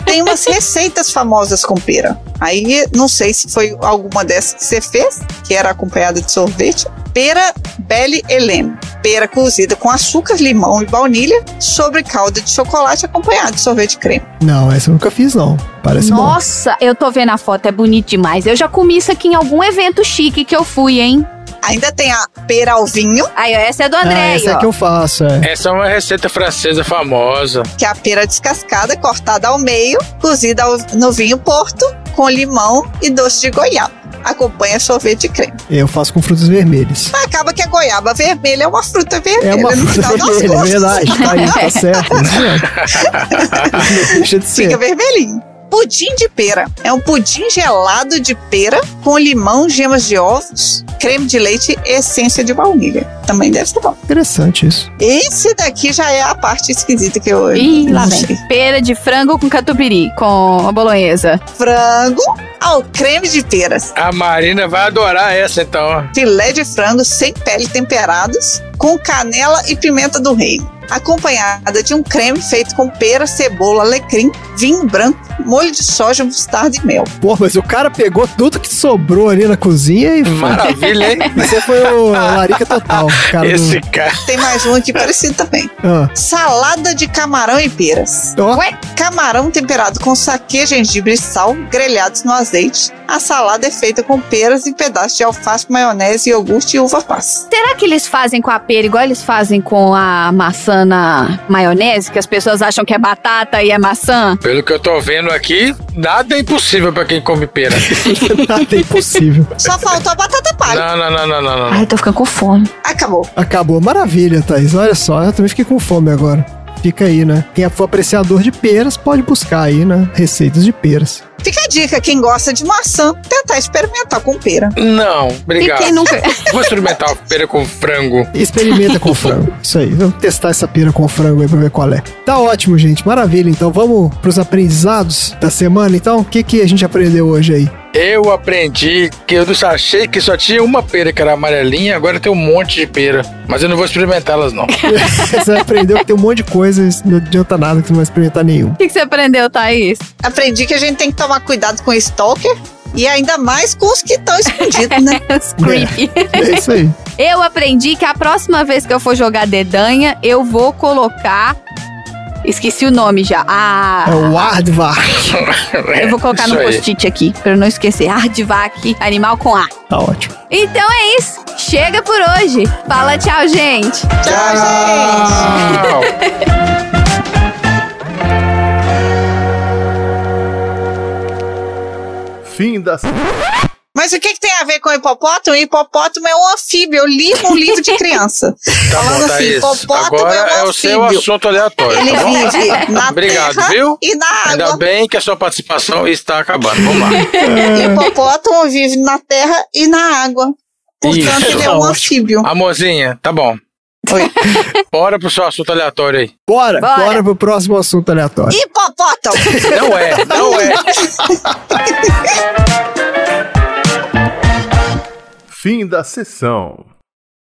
S3: Tem umas receitas famosas com pera. Aí, não sei se foi alguma dessas que você fez, que era acompanhada de sorvete. Pera Belle Helene. Pera cozida com açúcar, limão e baunilha sobre calda de chocolate acompanhado de sorvete de creme.
S2: Não, essa eu nunca fiz, não. Parece bom.
S4: Nossa, eu tô vendo a foto, é bonito demais. Eu já comi isso aqui em algum evento chique que eu fui, hein?
S3: Ainda tem a pera ao vinho,
S4: Aí, ó, essa é do
S2: Ah,
S4: André,
S2: essa é
S4: ó.
S2: que eu faço, é.
S1: Essa é uma receita francesa famosa.
S3: que é a pera descascada cortada ao meio, cozida ao- no vinho porto com limão e doce de goiaba. Acompanha sorvete de creme.
S2: Eu faço com frutas vermelhas.
S3: Mas acaba que a goiaba vermelha é uma fruta
S2: É
S3: vermelha. né? Tá
S2: uma
S3: no
S2: fruta
S3: final das
S2: vermelha, é
S3: contas.
S2: verdade. Tá aí, tá certo. é isso mesmo. Não deixa de
S3: Fica
S2: ser.
S3: vermelhinho. Pudim de pera. É um pudim gelado de pera com limão, gemas de ovos, creme de leite e essência de baunilha. Também deve ser bom.
S2: Interessante isso.
S3: Esse daqui já é a parte esquisita que eu...
S4: Ih, lá
S3: não
S4: vem.
S3: sei.
S4: Pera de frango com catupiry, com a bolonhesa.
S3: Frango ao creme de peras.
S1: A Marina vai adorar essa, então.
S3: filé de frango sem pele temperados, com canela e pimenta do reino. Acompanhada de um creme feito com pera, cebola, alecrim, vinho branco, molho de soja, mostarda e mel.
S2: Pô, mas o cara pegou tudo que sobrou ali na cozinha e.
S1: Maravilha, hein?
S2: Você foi o a Larica Total, cara. do-
S1: Esse cara.
S3: Tem mais um aqui parecido também.
S2: Ah.
S3: Salada de camarão e peras.
S2: Ó,
S3: Camarão temperado com saquê, gengibre e sal, grelhados no azeite. A salada é feita com peras e pedaços de alface, maionese, iogurte e uva passa.
S4: Será que eles fazem com a pera igual eles fazem com a maçã na maionese, que as pessoas acham que é batata e é maçã?
S1: Pelo que eu tô vendo aqui, nada é impossível pra quem come pera.
S2: nada é impossível.
S3: Só faltou a batata palha.
S1: Não, não, não, não, não, não.
S4: Ai, tô ficando com fome.
S3: Acabou.
S2: Acabou. Maravilha, Thaís. Olha só, eu também fiquei com fome agora. Fica aí, né? Quem for apreciador de peras, pode buscar aí, né? Receitas de peras.
S3: Fica a dica, quem gosta de maçã, tentar experimentar com pera.
S1: Não, obrigado.
S4: E quem nunca.
S1: Vou experimentar pera com frango.
S2: Experimenta com frango. Isso aí. Vamos testar essa pera com frango aí pra ver qual é. Tá ótimo, gente. Maravilha. Então vamos pros aprendizados da semana. Então, o que, que a gente aprendeu hoje aí?
S1: Eu aprendi que eu achei que só tinha uma pera que era amarelinha, agora tem um monte de pera. Mas eu não vou experimentá-las, não.
S2: Você aprendeu que tem um monte de coisas, não adianta nada que você não vai experimentar nenhum.
S4: O que, que você aprendeu, Thaís?
S3: aprendi que a gente tem que tomar cuidado com o stalker e ainda mais com os que estão escondidos, né?
S4: Creepy.
S2: É isso aí.
S4: Eu aprendi que a próxima vez que eu for jogar dedanha, eu vou colocar. Esqueci o nome já. Ah.
S2: É o Ardvar.
S4: Eu vou colocar
S1: É, Isso
S4: no
S1: aí.
S4: post-it aqui, pra eu não esquecer. Ardivac, animal com A.
S2: Tá ótimo.
S4: Então é isso. Chega por hoje. Fala tchau, gente.
S3: Tchau, gente!
S1: Tchau.
S11: Fim da
S3: Mas o que, que tem a ver com hipopótamo? Hipopótamo é um anfíbio. Eu li um livro de criança.
S1: Tá
S3: Falando
S1: bom,
S3: assim,
S1: Thaís.
S3: hipopótamo
S1: Agora
S3: é um
S1: é o seu
S3: anfíbio.
S1: assunto aleatório,
S3: Ele
S1: tá bom?
S3: vive na
S1: Obrigado,
S3: terra
S1: viu?
S3: e na
S1: Ainda
S3: água.
S1: bem que a sua participação está acabando. Vamos lá.
S3: Hipopótamo vive na terra e na água. Portanto,
S1: Isso.
S3: ele é um anfíbio.
S1: Amorzinha, tá bom.
S3: Oi.
S1: Bora pro seu assunto aleatório aí.
S2: Bora, bora,
S4: Bora.
S2: pro próximo assunto aleatório.
S3: Hipopótamo!
S1: Não é, não é.
S11: Fim da sessão.